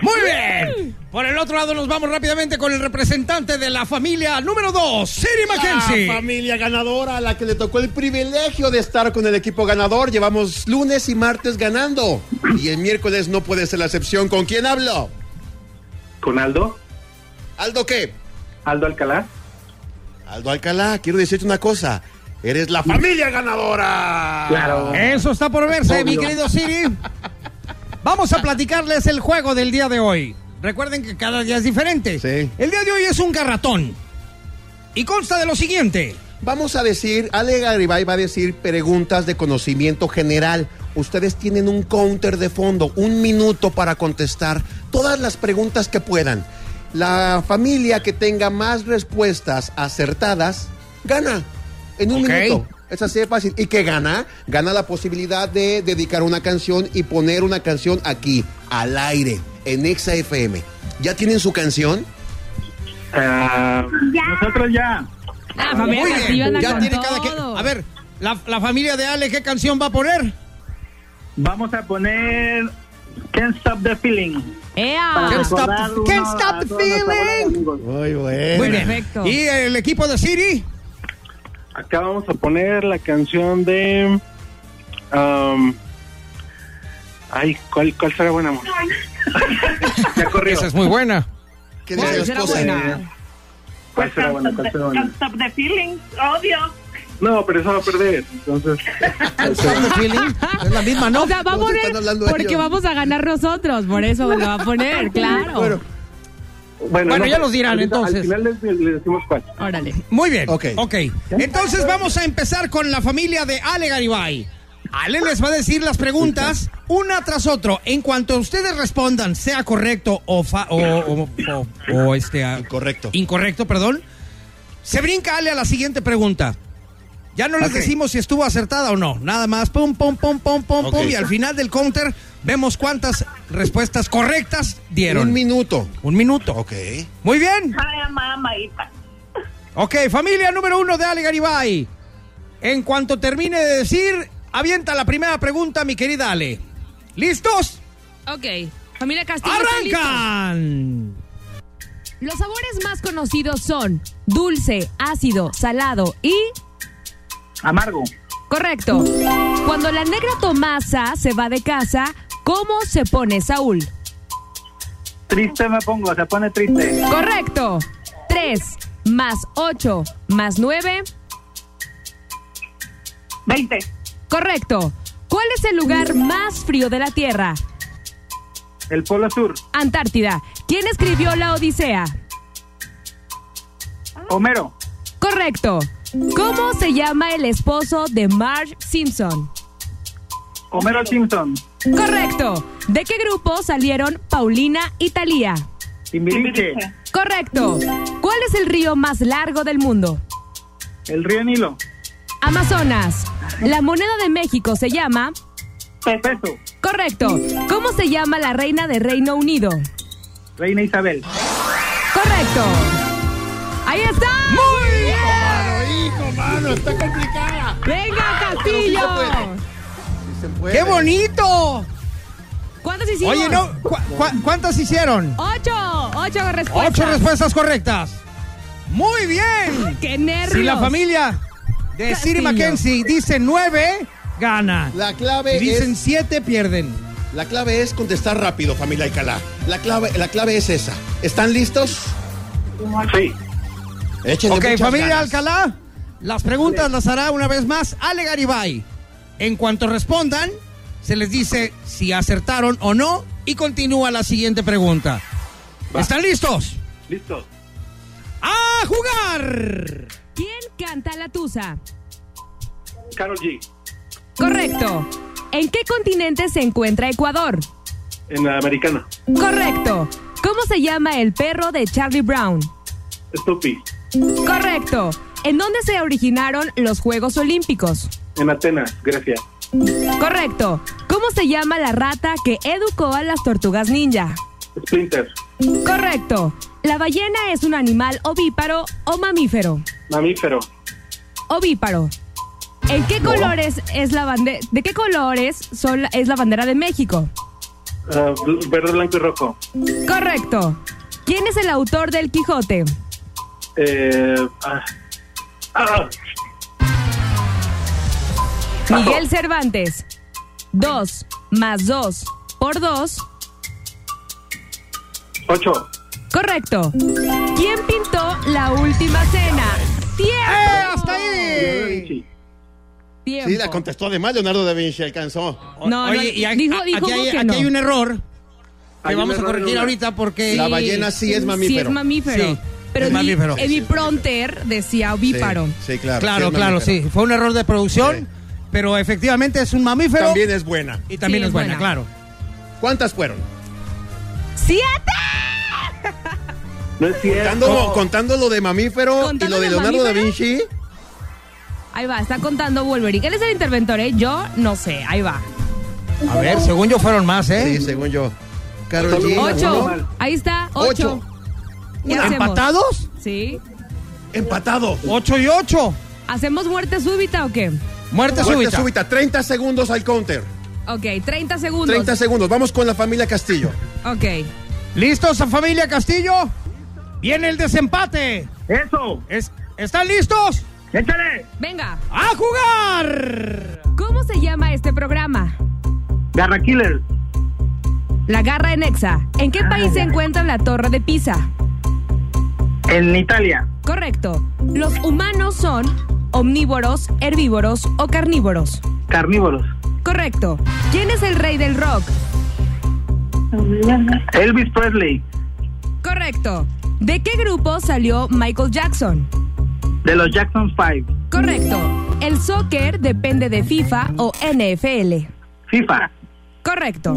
Muy bien. Por el otro lado nos vamos rápidamente con el representante de la familia número 2, Siri
La
Mackenzie.
familia ganadora a la que le tocó el privilegio de estar con el equipo ganador. Llevamos lunes y martes ganando. Y el miércoles no puede ser la excepción. ¿Con quién hablo?
con Aldo,
¿Aldo qué?
Aldo Alcalá.
Aldo Alcalá, quiero decirte una cosa. Eres la familia ganadora.
Ah.
Claro.
Eso está por verse, mi
Obvio.
querido Siri. Vamos a platicarles el juego del día de hoy. Recuerden que cada día es diferente.
Sí.
El día de hoy es un garratón. Y consta de lo siguiente.
Vamos a decir, Ale Garibay va a decir preguntas de conocimiento general. Ustedes tienen un counter de fondo, un minuto para contestar todas las preguntas que puedan. La familia que tenga más respuestas acertadas gana en un
Ok.
minuto. Es así de fácil. ¿Y que gana? Gana la posibilidad de dedicar una canción y poner una canción aquí, al aire, en Exa FM. ¿Ya tienen su canción?
Ah, Nosotros ya.
Ah, familia
Muy
Castillo
bien.
anda
Ya
con
tiene
todo.
cada quien. A ver, la, la familia de Ale, ¿qué canción va a poner?
Vamos a poner Can't Stop the Feeling.
¡Ea!
Can't stop
recordar
the- can't
uno
stop
a
the
toda nuestra bola de
feeling.
amigos.
Muy bueno.
Muy bien.
Perfecto.
¿Y el equipo de Siri?
Acá vamos a poner la canción de. um, ay, ¿cuál, ¿cuál será buena, amor? ya corrió.
Esa es muy buena.
¿Qué
Bueno,
dice la
será
esposa?
buena.
¿Cuál será buena? ¿Cuál será buena?
Stop the feeling, obvio.
No, pero eso va a perder. Entonces.
eh. Es la misma, ¿no?
O sea, va a
Todos
poner
están hablando de
porque
ellos.
vamos a ganar nosotros, por eso lo va a poner, claro.
Bueno,
Bueno, ya
pero
nos dirán,
ahorita,
entonces.
Al final les, les decimos cuál.
Órale.
Muy bien.
Ok.
ok. Entonces vamos a empezar con la familia de Ale Garibay. Ale les va a decir las preguntas una tras otro. En cuanto ustedes respondan, sea correcto o fa- o, o- o- o, este ah,
Correcto.
incorrecto, perdón, se brinca Ale a la siguiente pregunta. Ya no les decimos si estuvo acertada o no. Nada más, pum, pum, pum, pum, pum,
Ok.
pum. Y al final del counter vemos cuántas respuestas correctas dieron.
Un minuto.
Un minuto.
Ok.
Muy bien.
Ay, mamá, hija.
Ok, familia número uno de Ale Garibay. En cuanto termine de decir, avienta la primera pregunta, mi querida Ale. ¿Listos?
Ok. Familia Castillo. ¿están listos?
¡Arrancan!
Los sabores más conocidos son dulce, ácido, salado y
Amargo.
Correcto. Cuando la negra Tomasa se va de casa, ¿cómo se pone Saúl?
Triste me pongo, se pone triste.
Correcto. 3 más 8 más 9.
20.
Correcto. ¿Cuál es el lugar más frío de la Tierra?
El Polo Sur.
Antártida. ¿Quién escribió la Odisea?
Homero.
Correcto. ¿Cómo se llama el esposo de Marge Simpson?
Homero Simpson.
Correcto. ¿De qué grupo salieron Paulina y Talía?
Timbiriche.
Correcto. ¿Cuál es el río más largo del mundo?
El río Nilo.
Amazonas. La moneda de México se llama.
Peso.
Correcto. ¿Cómo se llama la reina de Reino Unido?
Reina Isabel.
Correcto. Ahí está.
Muy bien. Hijo, mano, hijo, mano, está complicada.
Venga, Castillo.
Sí se puede.
¡Qué bonito!
¿Cuántos hicimos?
Oye, no, ¿cu- cu- cuántas hicieron?
Ocho. Ocho respuestas.
Ocho respuestas correctas. Muy bien.
¡Qué nervios!
Si la familia de Siri
Castillo.
Mackenzie dice nueve, gana.
La clave
Si dicen
es.
siete, pierden.
La clave es contestar rápido, familia Alcalá. La clave, la clave es esa. ¿Están listos?
Sí.
Échenle
Ok,
muchas
familia
ganas.
Alcalá, las preguntas las hará una vez más Ale Garibay. En cuanto respondan, se les dice si acertaron o no y continúa la siguiente pregunta.
Va.
¿Están listos?
Listo.
¡A jugar!
¿Quién canta la tusa?
Carol G.
Correcto. ¿En qué continente se encuentra Ecuador?
En la americana.
Correcto. ¿Cómo se llama el perro de Charlie Brown?
Stupi.
Correcto. ¿En dónde se originaron los Juegos Olímpicos?
En Atenas, Grecia.
Correcto. ¿Cómo se llama la rata que educó a las tortugas ninja?
Splinter.
Correcto. ¿La ballena es un animal ovíparo o mamífero?
Mamífero.
Ovíparo. ¿En qué colores es la bandera? ¿De qué colores son la- es la bandera de México?
Ah, bl- verde, blanco y rojo.
Correcto. ¿Quién es el autor del Quijote?
Eh, ah. Ah,
Miguel Cervantes. 2 más 2 por 2.
ocho.
Correcto. ¿Quién pintó la última cena? ¡Tiempo!
¡Eh, hasta ahí!
Sí.
Tiempo.
Sí, la contestó además Leonardo da Vinci, alcanzó.
No, no,
Oye, y a-
dijo-
a-
dijo
aquí, hay,
que
aquí
no.
hay un error que
Hay un
vamos a
error en
corregir
una.
ahorita porque...
La ballena sí es
Sí,
mamífero.
es mamífero.
Sí,
Pero
es
en mi-
mamífero.
en mi pronter decía ovíparo.
Sí, sí, claro.
Claro,
es
claro,
mamífero.
sí. Fue un error de producción,
Sí.
pero efectivamente es un mamífero
También es buena.
y también
Sí,
es
es
buena,
buena.
claro.
¿Cuántas fueron?
¡Siete!
No es
Oh.
cierto.
Contando, contando lo de mamífero
¿Contando
y lo de
de
Leonardo da
mamífero?
Vinci.
Ahí va, está contando Wolverine. Él es el interventor, ¿eh? Yo no sé, ahí va.
A ver, según yo fueron más,
Sí,
¿eh?
según yo. Carol G.
Ocho.
uno.
Ahí está, ocho. ¿Qué
Una-
hacemos?
¿Empatados?
Sí.
Empatado.
Ocho y ocho.
¿Hacemos muerte súbita o qué?
Muerte
Muerte
súbita.
súbita. 30 segundos al counter.
Ok, 30 segundos.
30 segundos. Vamos con la familia Castillo.
Ok.
¿Listos, familia Castillo? Viene el desempate.
Eso.
Es- ¿Están listos?
Échale.
Venga.
¡A jugar!
¿Cómo se llama este programa?
Garra Killer.
La Garra en Exa. ¿En qué país
Ah,
se encuentra la Torre de Pisa?
En Italia.
Correcto. Los humanos son omnívoros, herbívoros o carnívoros.
Carnívoros.
Correcto. ¿Quién es el rey del rock?
Elvis Presley.
Correcto. ¿De qué grupo salió Michael Jackson?
De los Jackson 5.
Correcto. El soccer depende de FIFA o NFL.
FIFA.
Correcto.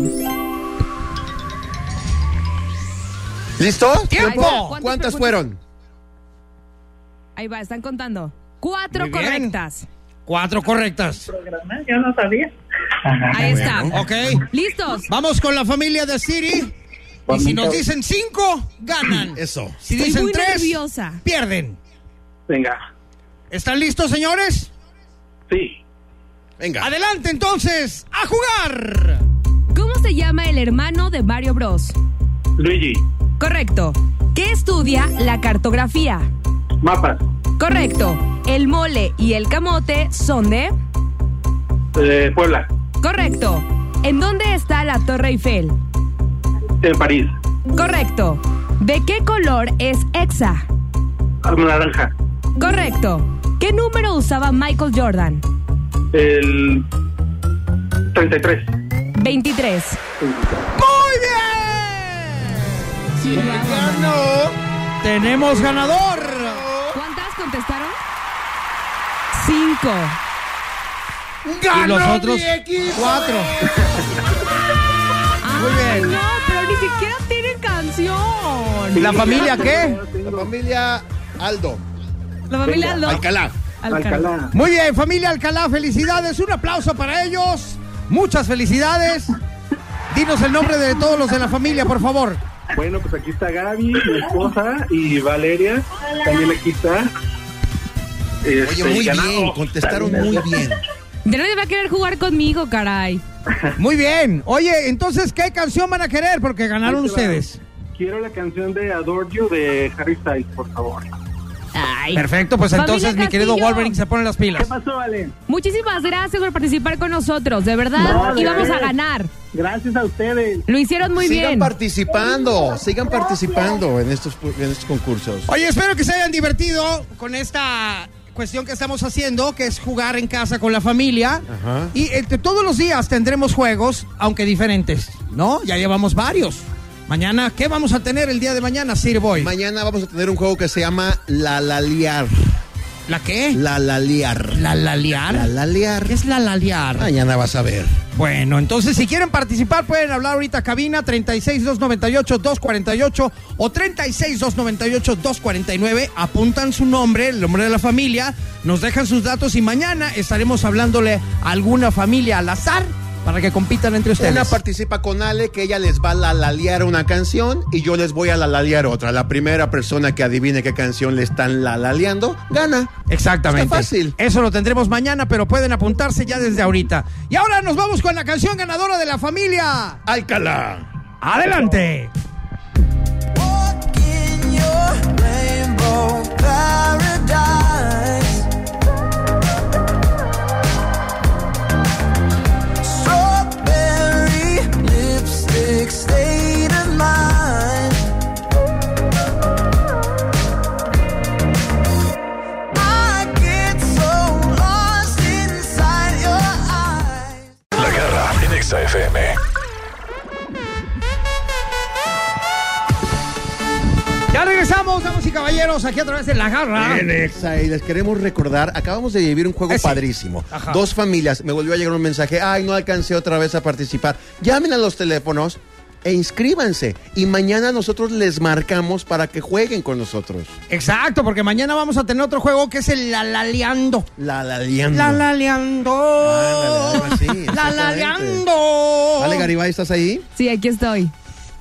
¿Listo?
¡Tiempo! ¿Cuántas
¿Cuántas
preguntas?
fueron?
Ahí va, están contando. Cuatro
Muy bien.
correctas.
Cuatro correctas.
Yo no sabía.
Ah,
Ahí está.
Ok.
¿Listos?
Vamos con la familia de Siri. Y si nos dicen cinco, ganan.
Eso.
Si
Estoy
dicen
muy
tres,
nerviosa.
pierden.
Venga.
¿Están listos, señores?
Sí.
Venga.
Adelante entonces, a jugar.
¿Cómo se llama el hermano de Mario Bros?
Luigi.
Correcto. ¿Qué estudia la cartografía?
Mapas.
Correcto. El mole y el camote son de...
Eh, Puebla.
Correcto. ¿En dónde está la Torre Eiffel?
En París.
Correcto. ¿De qué color es Exa?
Naranja.
Correcto. ¿Qué número usaba Michael Jordan?
El 33.
23.
¡Muy bien! ¡Tenemos ganador!
¿Cuántas contestaron? Cinco.
y los otros cuatro.
Ay, No, pero ni siquiera tienen canción.
¿La familia qué?
La familia Aldo.
La familia
Ah.
Aldo.
Alcalá.
Alcalá.
Muy bien, familia Alcalá, felicidades. Un aplauso para ellos. Muchas felicidades. Dinos el nombre de todos los de la familia, por favor.
Bueno, pues aquí está Gaby, mi esposa, y Valeria. También aquí está. Este,
Oye, muy bien, contestaron muy bien.
De nadie va a querer jugar conmigo, caray.
Muy bien. Oye, entonces, ¿qué canción van a querer? Porque ganaron ustedes.
Quiero la canción de Adore You de Harry Styles, por favor.
Ay.
Perfecto, pues
Familia
entonces mi querido
Castillo.
Wolverine se pone las pilas.
pasó, Valen?
Muchísimas gracias por participar con nosotros, de verdad.
No,
y vamos a
gracias.
ganar.
Gracias a ustedes.
Lo hicieron muy
sigan
bien.
participando, sigan participando en estos, en estos concursos.
Oye, espero que se hayan divertido con esta cuestión que estamos haciendo, que es jugar en casa con la familia.
Ajá.
Y este, todos los días tendremos juegos, aunque diferentes, ¿no? Ya llevamos varios. Mañana, ¿qué vamos a tener el día de mañana, Sir Boy?
Mañana vamos a tener un juego que se llama La Laliar.
¿La qué?
La Laliar.
¿La lalear?
La Laliar.
¿Qué es la lalear?
Mañana vas a ver.
Bueno, entonces si quieren participar pueden hablar ahorita a cabina 36-298-248 o 36-298-249. Apuntan su nombre, el nombre de la familia, nos dejan sus datos y mañana estaremos hablándole a alguna familia al azar para que compitan entre ustedes.
Una participa con Ale, que ella les va a la lalear una canción y yo les voy a la lalear otra. La primera persona que adivine qué canción le están la laleando, gana.
Exactamente. Eh,
Está fácil.
Eso lo tendremos mañana, pero pueden apuntarse ya desde ahorita. Y ahora nos vamos con la canción ganadora de la familia.
Alcalá.
¡Adelante!
La garra en Exa FM.
Ya regresamos, damas y caballeros, aquí a través de la garra.
Y les queremos recordar, acabamos de vivir un juego
Ese.
padrísimo.
Ajá.
Dos familias, me volvió a llegar un mensaje, ay, no alcancé otra vez a participar. Llamen a los teléfonos e inscríbanse. Y mañana nosotros les marcamos para que jueguen con nosotros.
Exacto, porque mañana vamos a tener otro juego que es el la laleando.
La laleando.
La laleando.
Mm. Ándale, algo así,
La
exactamente.
laleando.
Ale Garibay, ¿estás ahí?
Sí, aquí estoy.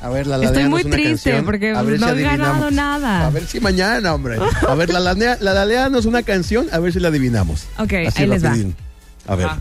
A ver, la
Estoy
laleanos
muy
una
triste
canción.
porque
A ver
no
si
he ganado
adivinamos.
nada.
A ver si mañana, hombre. A ver, la, lanea- la laleanos una canción, a ver si la adivinamos.
Ok, ahí les va.
rapidín. A ver.
Ah.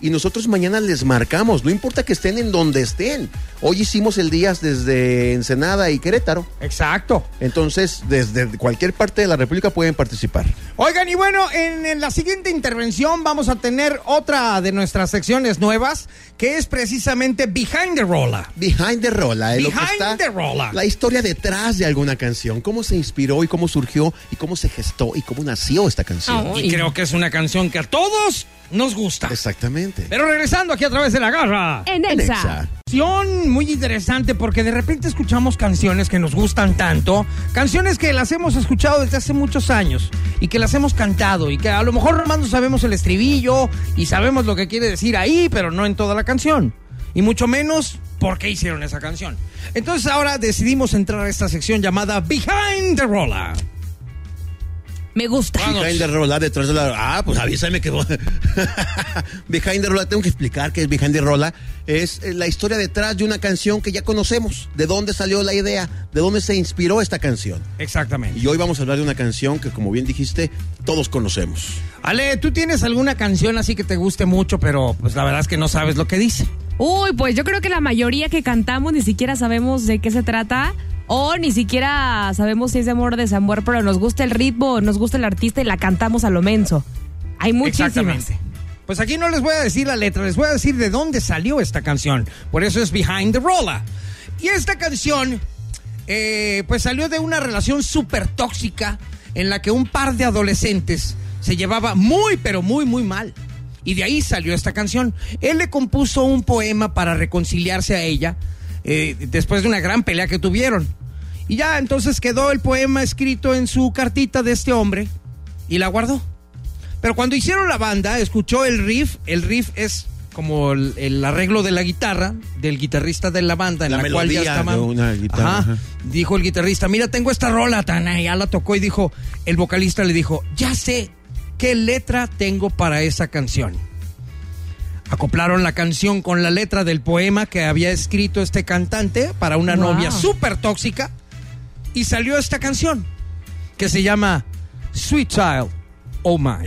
y nosotros mañana les marcamos, no importa que estén en donde estén. Hoy hicimos el día desde Ensenada y Querétaro.
Exacto.
Entonces, desde cualquier parte de la República pueden participar.
Oigan, y bueno, en, en la siguiente intervención vamos a tener otra de nuestras secciones nuevas, que es precisamente Behind the Roller.
Behind the Rola, eh, lo que
Behind
está-
the Rola.
La historia detrás de alguna canción, cómo se inspiró y cómo surgió y cómo se gestó y cómo nació esta canción.
Y creo que es una canción que a todos nos gusta.
Exactamente.
Pero regresando aquí a través de la garra.
En Exa.
Alexa.
Canción muy interesante porque de repente escuchamos canciones que nos gustan tanto, canciones que las hemos escuchado desde hace muchos años y que las hemos cantado y que a lo mejor nomás no sabemos el estribillo y sabemos lo que quiere decir ahí, pero no en toda la canción. Y mucho menos por qué hicieron esa canción. Entonces ahora decidimos entrar a esta sección llamada Behind the Roller.
Me gusta.
Behind the Rola detrás de la. Ah, pues avísame que. voy- behind the Rola, tengo que explicar qué es Behind the Rola. Es eh, la historia detrás de una canción que ya conocemos. De dónde salió la idea, de dónde se inspiró esta canción.
Exactamente.
Y hoy vamos a hablar de una canción que, como bien dijiste, todos conocemos.
Ale, ¿tú tienes alguna canción así que te guste mucho, pero pues la verdad es que no sabes lo que dice?
Uy, pues yo creo que la mayoría que cantamos ni siquiera sabemos de qué se trata. O ni siquiera sabemos si es de amor o desamor, pero nos gusta el ritmo, nos gusta el artista y la cantamos a lo menso. Hay muchísimas.
Exactamente. Pues aquí no les voy a decir la letra, les voy a decir de dónde salió esta canción. Por eso es Behind the Rolla. Y esta canción, eh, pues salió de una relación súper tóxica en la que un par de adolescentes se llevaba muy, pero muy, muy mal. y de ahí salió esta canción. Él le compuso un poema para reconciliarse a ella eh, después de una gran pelea que tuvieron. Y ya entonces quedó el poema escrito en su cartita de este hombre y la guardó. Pero cuando hicieron la banda, escuchó el riff. El riff es como el, el arreglo de la guitarra del guitarrista de la banda, en la,
La
cual ya
melodía
estaba.
de una guitarra,
Ajá.
ajá.
Dijo el guitarrista, mira, tengo esta rola, Tana. Y ya la tocó y dijo, el vocalista le dijo, ya sé qué letra tengo para esa canción. Acoplaron la canción con la letra del poema que había escrito este cantante para una
Wow.
novia súper tóxica y salió esta canción que se llama Sweet Child, Oh My.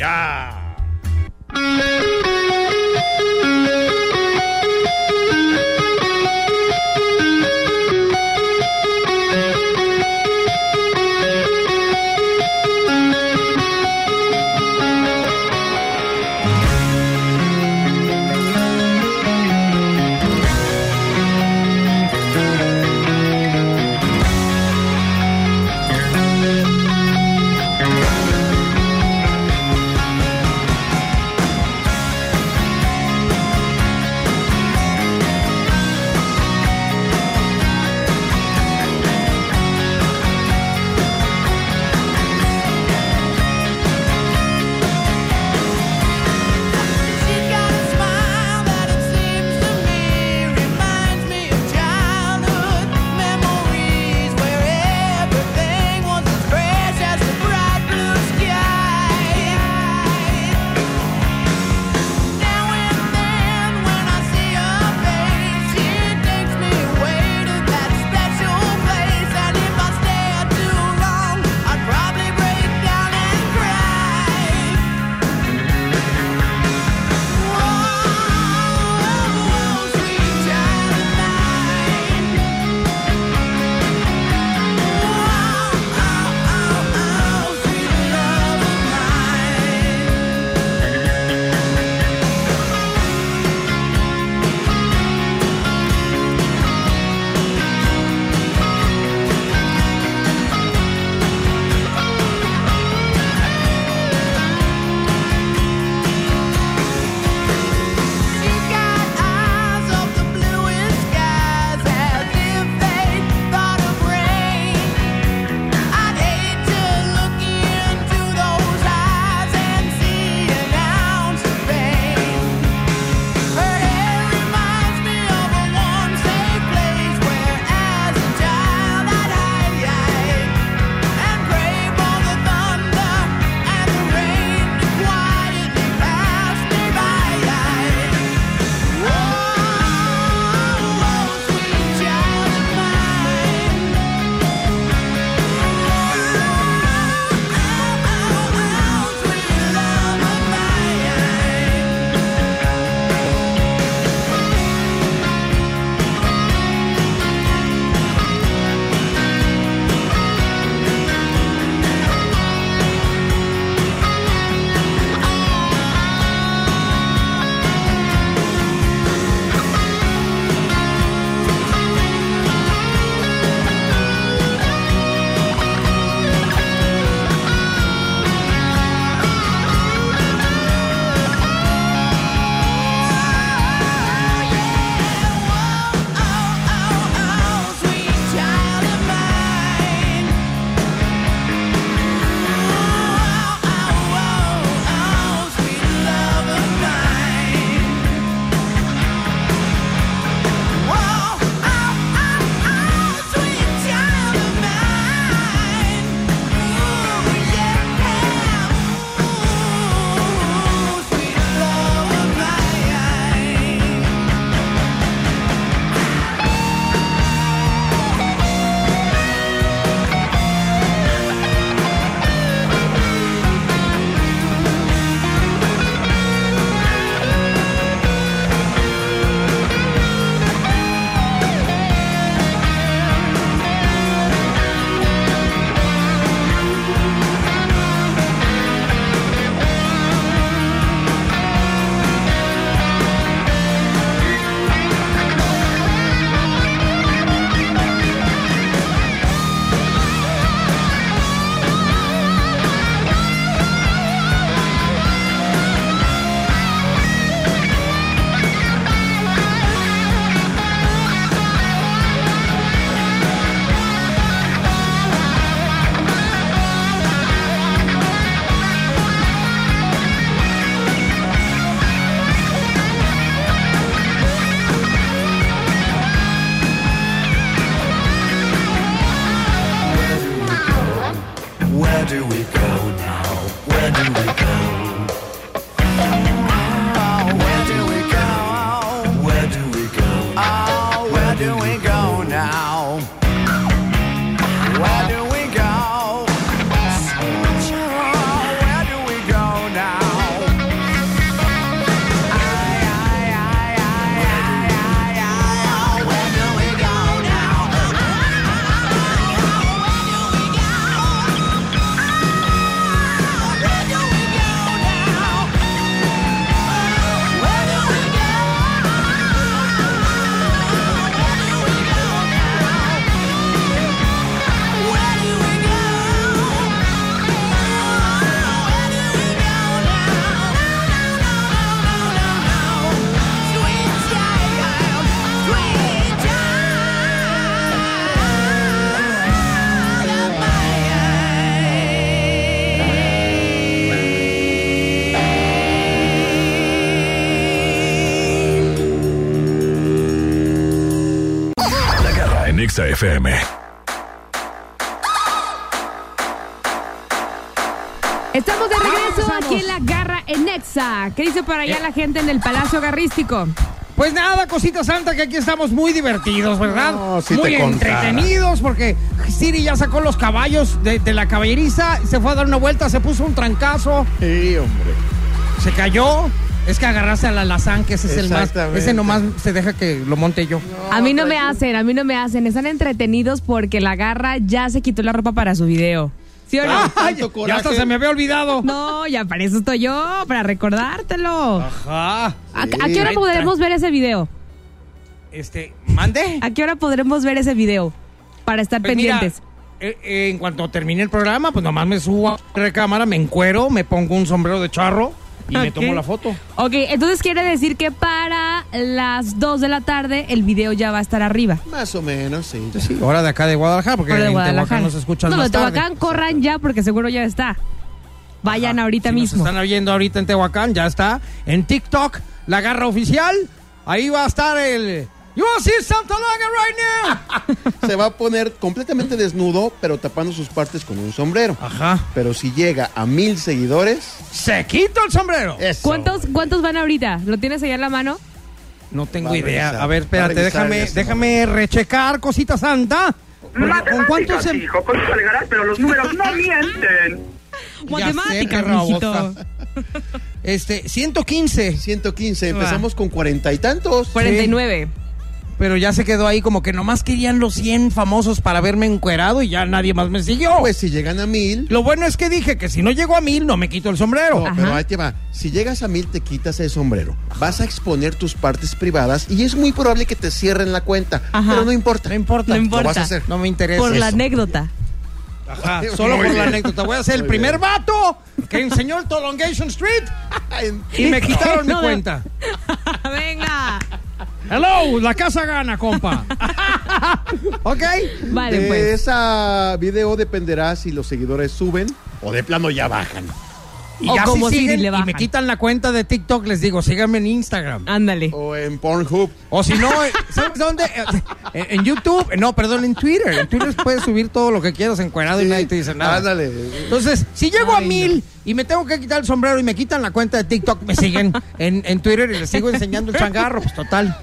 Where do we go now? Where do we go? Oh, where do we go? Where do we go? Oh, where do we go now? Where do we go? Oh, where do we go now?
La garra en Exa FM.
Estamos de regreso aquí en La Garra en Nexa. ¿Qué dice para allá
Eh.
la gente en el Palacio Garrístico?
Pues nada, cosita santa, que aquí estamos muy divertidos, ¿verdad?
si
muy
te contara.
entretenidos, porque Siri ya sacó los caballos de, de la caballeriza, se fue a dar una vuelta, se puso un trancazo.
Sí, hombre.
Se cayó. Es que agarraste al alazán, que ese es el más.
Exactamente.
Ese nomás se deja que lo monte yo.
a mí no
pues
me hacen, a mí no me hacen. Están entretenidos porque la garra ya se quitó la ropa para su video. ¿Sí o no?
Ah, ya- ya hasta se me había olvidado.
No, ya para eso estoy yo, para recordártelo.
Ah, Ajá.
¿A, a qué hora podremos ver ese video?
Este, mande.
¿A qué hora podremos ver ese video? Para estar
Pues mira,
pendientes.
eh, eh, en cuanto termine el programa, pues nomás me subo a la recámara, me encuero, me pongo un sombrero de charro y me
Ok.
tomo la foto.
Ok, entonces quiere decir que para las 2 de la tarde el video ya va a estar arriba.
Más o menos, sí.
Sí, hora de acá de Guadalajara, porque
Por de
en
Guadalajara.
Tehuacán nos escuchan
no,
más
de
tarde.
Tehuacán corran ya porque seguro ya está. Vayan ahorita
Si nos
mismo.
están oyendo ahorita en Tehuacán, ya está. En TikTok, la garra oficial, ahí va a estar el... You wanna see Santa Laga right now?
Se va a poner completamente desnudo, pero tapando sus partes con un sombrero.
Ajá.
Pero si llega a mil seguidores.
¡Se quita el sombrero!
¿Cuántos, ¿Cuántos van ahorita? ¿Lo tienes allá en la mano?
No tengo
Va a
idea.
revisar,
a ver,
va a
espérate,
revisar
déjame,
ese
déjame rechecar, cosita santa. ¿Con cuántos em- se...
pero los números no mienten.
Matemáticas, mijito. Este, 115. Ah.
115, empezamos con cuarenta y tantos.
49.
Pero ya se quedó ahí como que nomás querían los 100 famosos para verme encuerado y ya nadie más me siguió. Pues
si llegan a mil.
Lo bueno es que dije que si no llego a mil no me quito el sombrero.
No, pero ahí te va. Si llegas a mil, te quitas el sombrero. Vas a exponer tus partes privadas y es muy probable que te cierren la cuenta.
Ajá.
Pero no importa. No
importa.
Lo
importa.
vas a hacer.
No me interesa.
Por la anécdota.
Ajá, solo
Muy
por la
bien.
anécdota. Voy a ser el
Muy
primer
bien.
vato que enseñó el Tolongation Street y me quitaron mi
No, no.
cuenta.
Venga.
Hello, la casa gana, compa. ok.
Vale,
de
pues.
esa video dependerá si los seguidores suben o de plano ya bajan.
Y
O
ya
como
si
Siri
siguen
le
y
bajan.
me quitan la cuenta de TikTok, les digo, síganme en Instagram.
Ándale.
Oh.
O en Pornhub.
O si no, eh, ¿sabes dónde? En, eh, en YouTube, no, perdón, en Twitter. En Twitter puedes subir todo lo que quieras encuerado y nadie te dice nada.
Ándale.
Entonces, si llego a mil y me tengo que quitar el sombrero y me quitan la cuenta de TikTok, me siguen en, en Twitter y les sigo enseñando el changarro, pues total.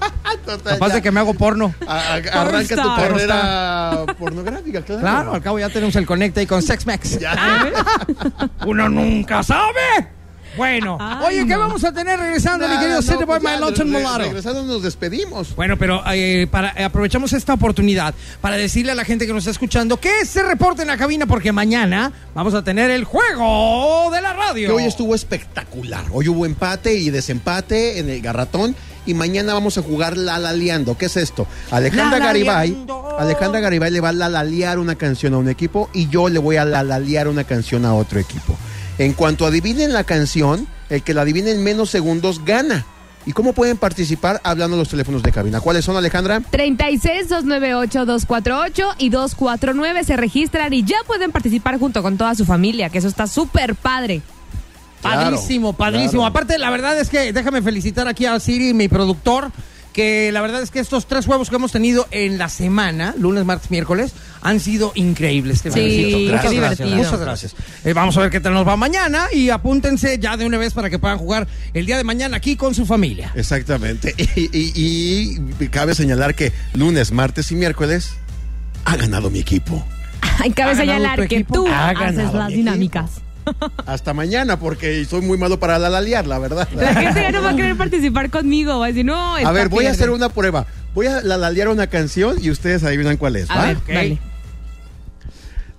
Total,
Capaz
ya.
de que me hago porno.
A- a- arranca tu
Pornstar.
carrera pornográfica, claro.
Claro, al cabo ya tenemos el connect ahí con Sex Max. Ah. Uno nunca sabe. Bueno,
Ay,
oye, ¿qué
no.
vamos a tener regresando, mi
Nada,
querido
no,
City Boy,
pues ya,
My Lunch and
re-
Mulatto?
Regresando nos despedimos.
Bueno, pero eh, para, eh, aprovechamos esta oportunidad para decirle a la gente que nos está escuchando que se reporte en la cabina porque mañana vamos a tener el juego de la
Que
radio.
hoy estuvo espectacular. Hoy hubo empate y desempate en el garratón. Y mañana vamos a jugar la laliando. ¿Qué es esto? Alejandra
La
Garibay. Alejandra Garibay le va a lalalear una canción a un equipo y yo le voy a lalalear una canción a otro equipo. En cuanto adivinen la canción, el que la adivine en menos segundos gana. ¿Y cómo pueden participar hablando los teléfonos de cabina? ¿Cuáles son, Alejandra?
36-298-248 y 249 se registran y ya pueden participar junto con toda su familia, que eso está súper padre.
Padrísimo, padrísimo.
claro.
Aparte, la verdad es que déjame felicitar aquí a Siri, mi productor, que que la verdad es que estos tres juegos que hemos tenido en la semana, lunes, martes, miércoles, han sido increíbles. te
Sí,
felicito.
qué
Muchas
divertido.
Gracias, muchas gracias. Eh, vamos a ver qué tal nos va mañana y apúntense ya de una vez para que puedan jugar el día de mañana aquí con su familia.
Exactamente. Y, y- y cabe señalar que lunes, martes y miércoles ha ganado mi equipo.
Ay, cabe
¿Ha ganado tu
señalar que
equipo?
tú
Ha
haces
ganado
las
mi
dinámicas.
Hasta mañana, porque soy muy malo para la laliar, la verdad.
La gente ya no va a querer participar conmigo. Va a decir, no,
A ver, voy a hacer
un...
una prueba. Voy a lalalear una canción y ustedes adivinan cuál es,
A
¿va?
ver, dale.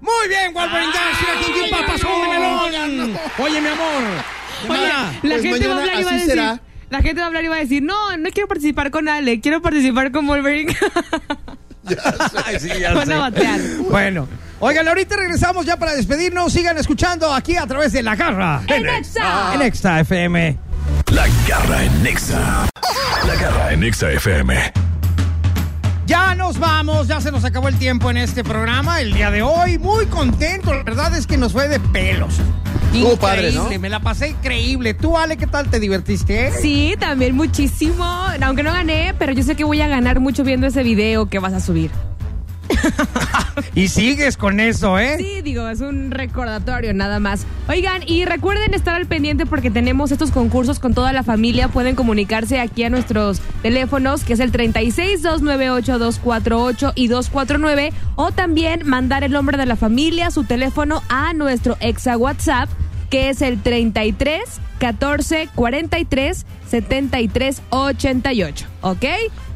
Muy bien, Wolverine Dash, mira aquí, ¿quién papá, sube melón. Oye, mi amor.
Oye,
Nada.
la
Pues
gente va a
mañana
hablar y va a
así
decir...
será.
La gente va a hablar y va a decir, no, no quiero participar con Ale, quiero participar con Wolverine. Van a batear.
Bueno. Oigan, ahorita regresamos ya para despedirnos. Sigan escuchando aquí a través de La Garra.
¡En Exa!
En Extra FM.
La garra en Nexa. La garra en Nexa FM.
Ya nos vamos, ya se nos acabó el tiempo en este programa el día de hoy. Muy contento, la verdad es que nos fue de pelos.
Estuvo padre,
Increíble,
¿no?
me la pasé increíble. Tú, Ale, ¿qué tal te divertiste? eh?
Sí, también muchísimo. Aunque no gané, pero yo sé que voy a ganar mucho viendo ese video que vas a subir.
Y sigues con eso, ¿eh?
Sí, digo, es un recordatorio nada más. Oigan, y recuerden estar al pendiente porque tenemos estos concursos con toda la familia. Pueden comunicarse aquí a nuestros teléfonos, que es el 36-298-248 y 249. O también mandar el nombre de la familia, su teléfono, a nuestro exa WhatsApp, que es el 33 14 43 73 88. ¿Ok?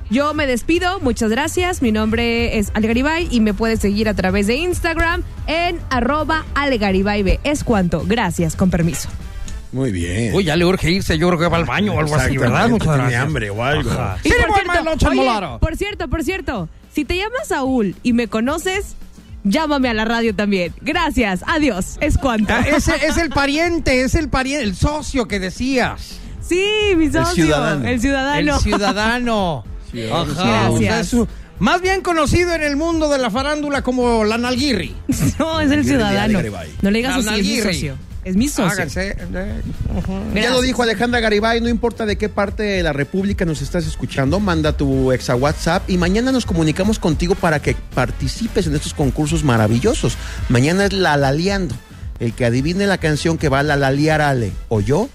Yo me despido, muchas gracias. Mi nombre es Ale Garibay y me puedes seguir a través de Instagram en arroba Ale Garibay B. Es cuanto. Gracias, con permiso.
Muy bien.
Uy, ya le urge irse, yo creo que va al baño o algo así, ¿verdad?
Exactamente,
Muchas
tiene
gracias.
hambre o algo.
Ajá.
Y
Sí, le voy a mandar loncha al
oye,
molaro.
por cierto, por cierto, si te llamas Saúl y me conoces, llámame a la radio también. Gracias, adiós, es cuanto.
Ah, Ese es el pariente, es el pariente, el socio que decías.
Sí, mi socio.
ciudadano.
El ciudadano.
El ciudadano.
Ciudadano.
Ajá, o sea,
Gracias.
es su- más bien conocido en el mundo de la farándula como la Nalguirri.
No, es el ciudadano. No le digas así, es mi
Aguirre.
socio. Es mi socio.
Háganse. eh, ujú.
Ya
Gracias.
lo dijo Alejandra Garibay, no importa de qué parte de la República nos estás escuchando, manda tu exa WhatsApp y mañana nos comunicamos contigo para que participes en estos concursos maravillosos. Mañana es la laliando. El que adivine la canción que va a la laliar Ale o yo,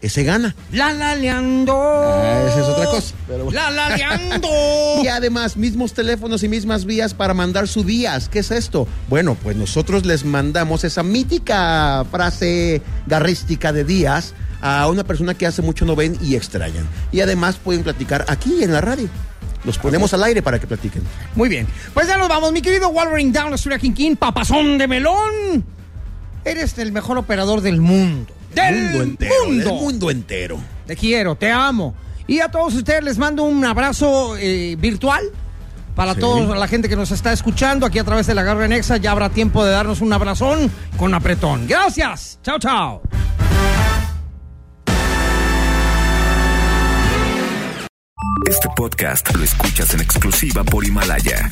ese gana.
La laleando.
Ah, esa es otra cosa, pero bueno.
La laleando.
Y además, mismos teléfonos y mismas vías para mandar su días. ¿Qué es esto? Bueno, pues nosotros les mandamos esa mítica frase garrística de días a una persona que hace mucho no ven y extrañan. Y además pueden platicar aquí en la radio. Los ponemos al aire para que platiquen.
Muy bien. Pues ya nos vamos, mi querido Wolverine Down, Asturias King King, papazón de melón. Eres el mejor operador del mundo. Del mundo.
del mundo entero.
Te quiero, te amo. Y a todos ustedes les mando un abrazo eh, virtual. Para
Sí.
toda la gente que nos está escuchando aquí a través de la Garra Nexa, ya habrá tiempo de darnos un abrazón con apretón. Gracias. Chao, chao.
Este podcast lo escuchas en exclusiva por Himalaya.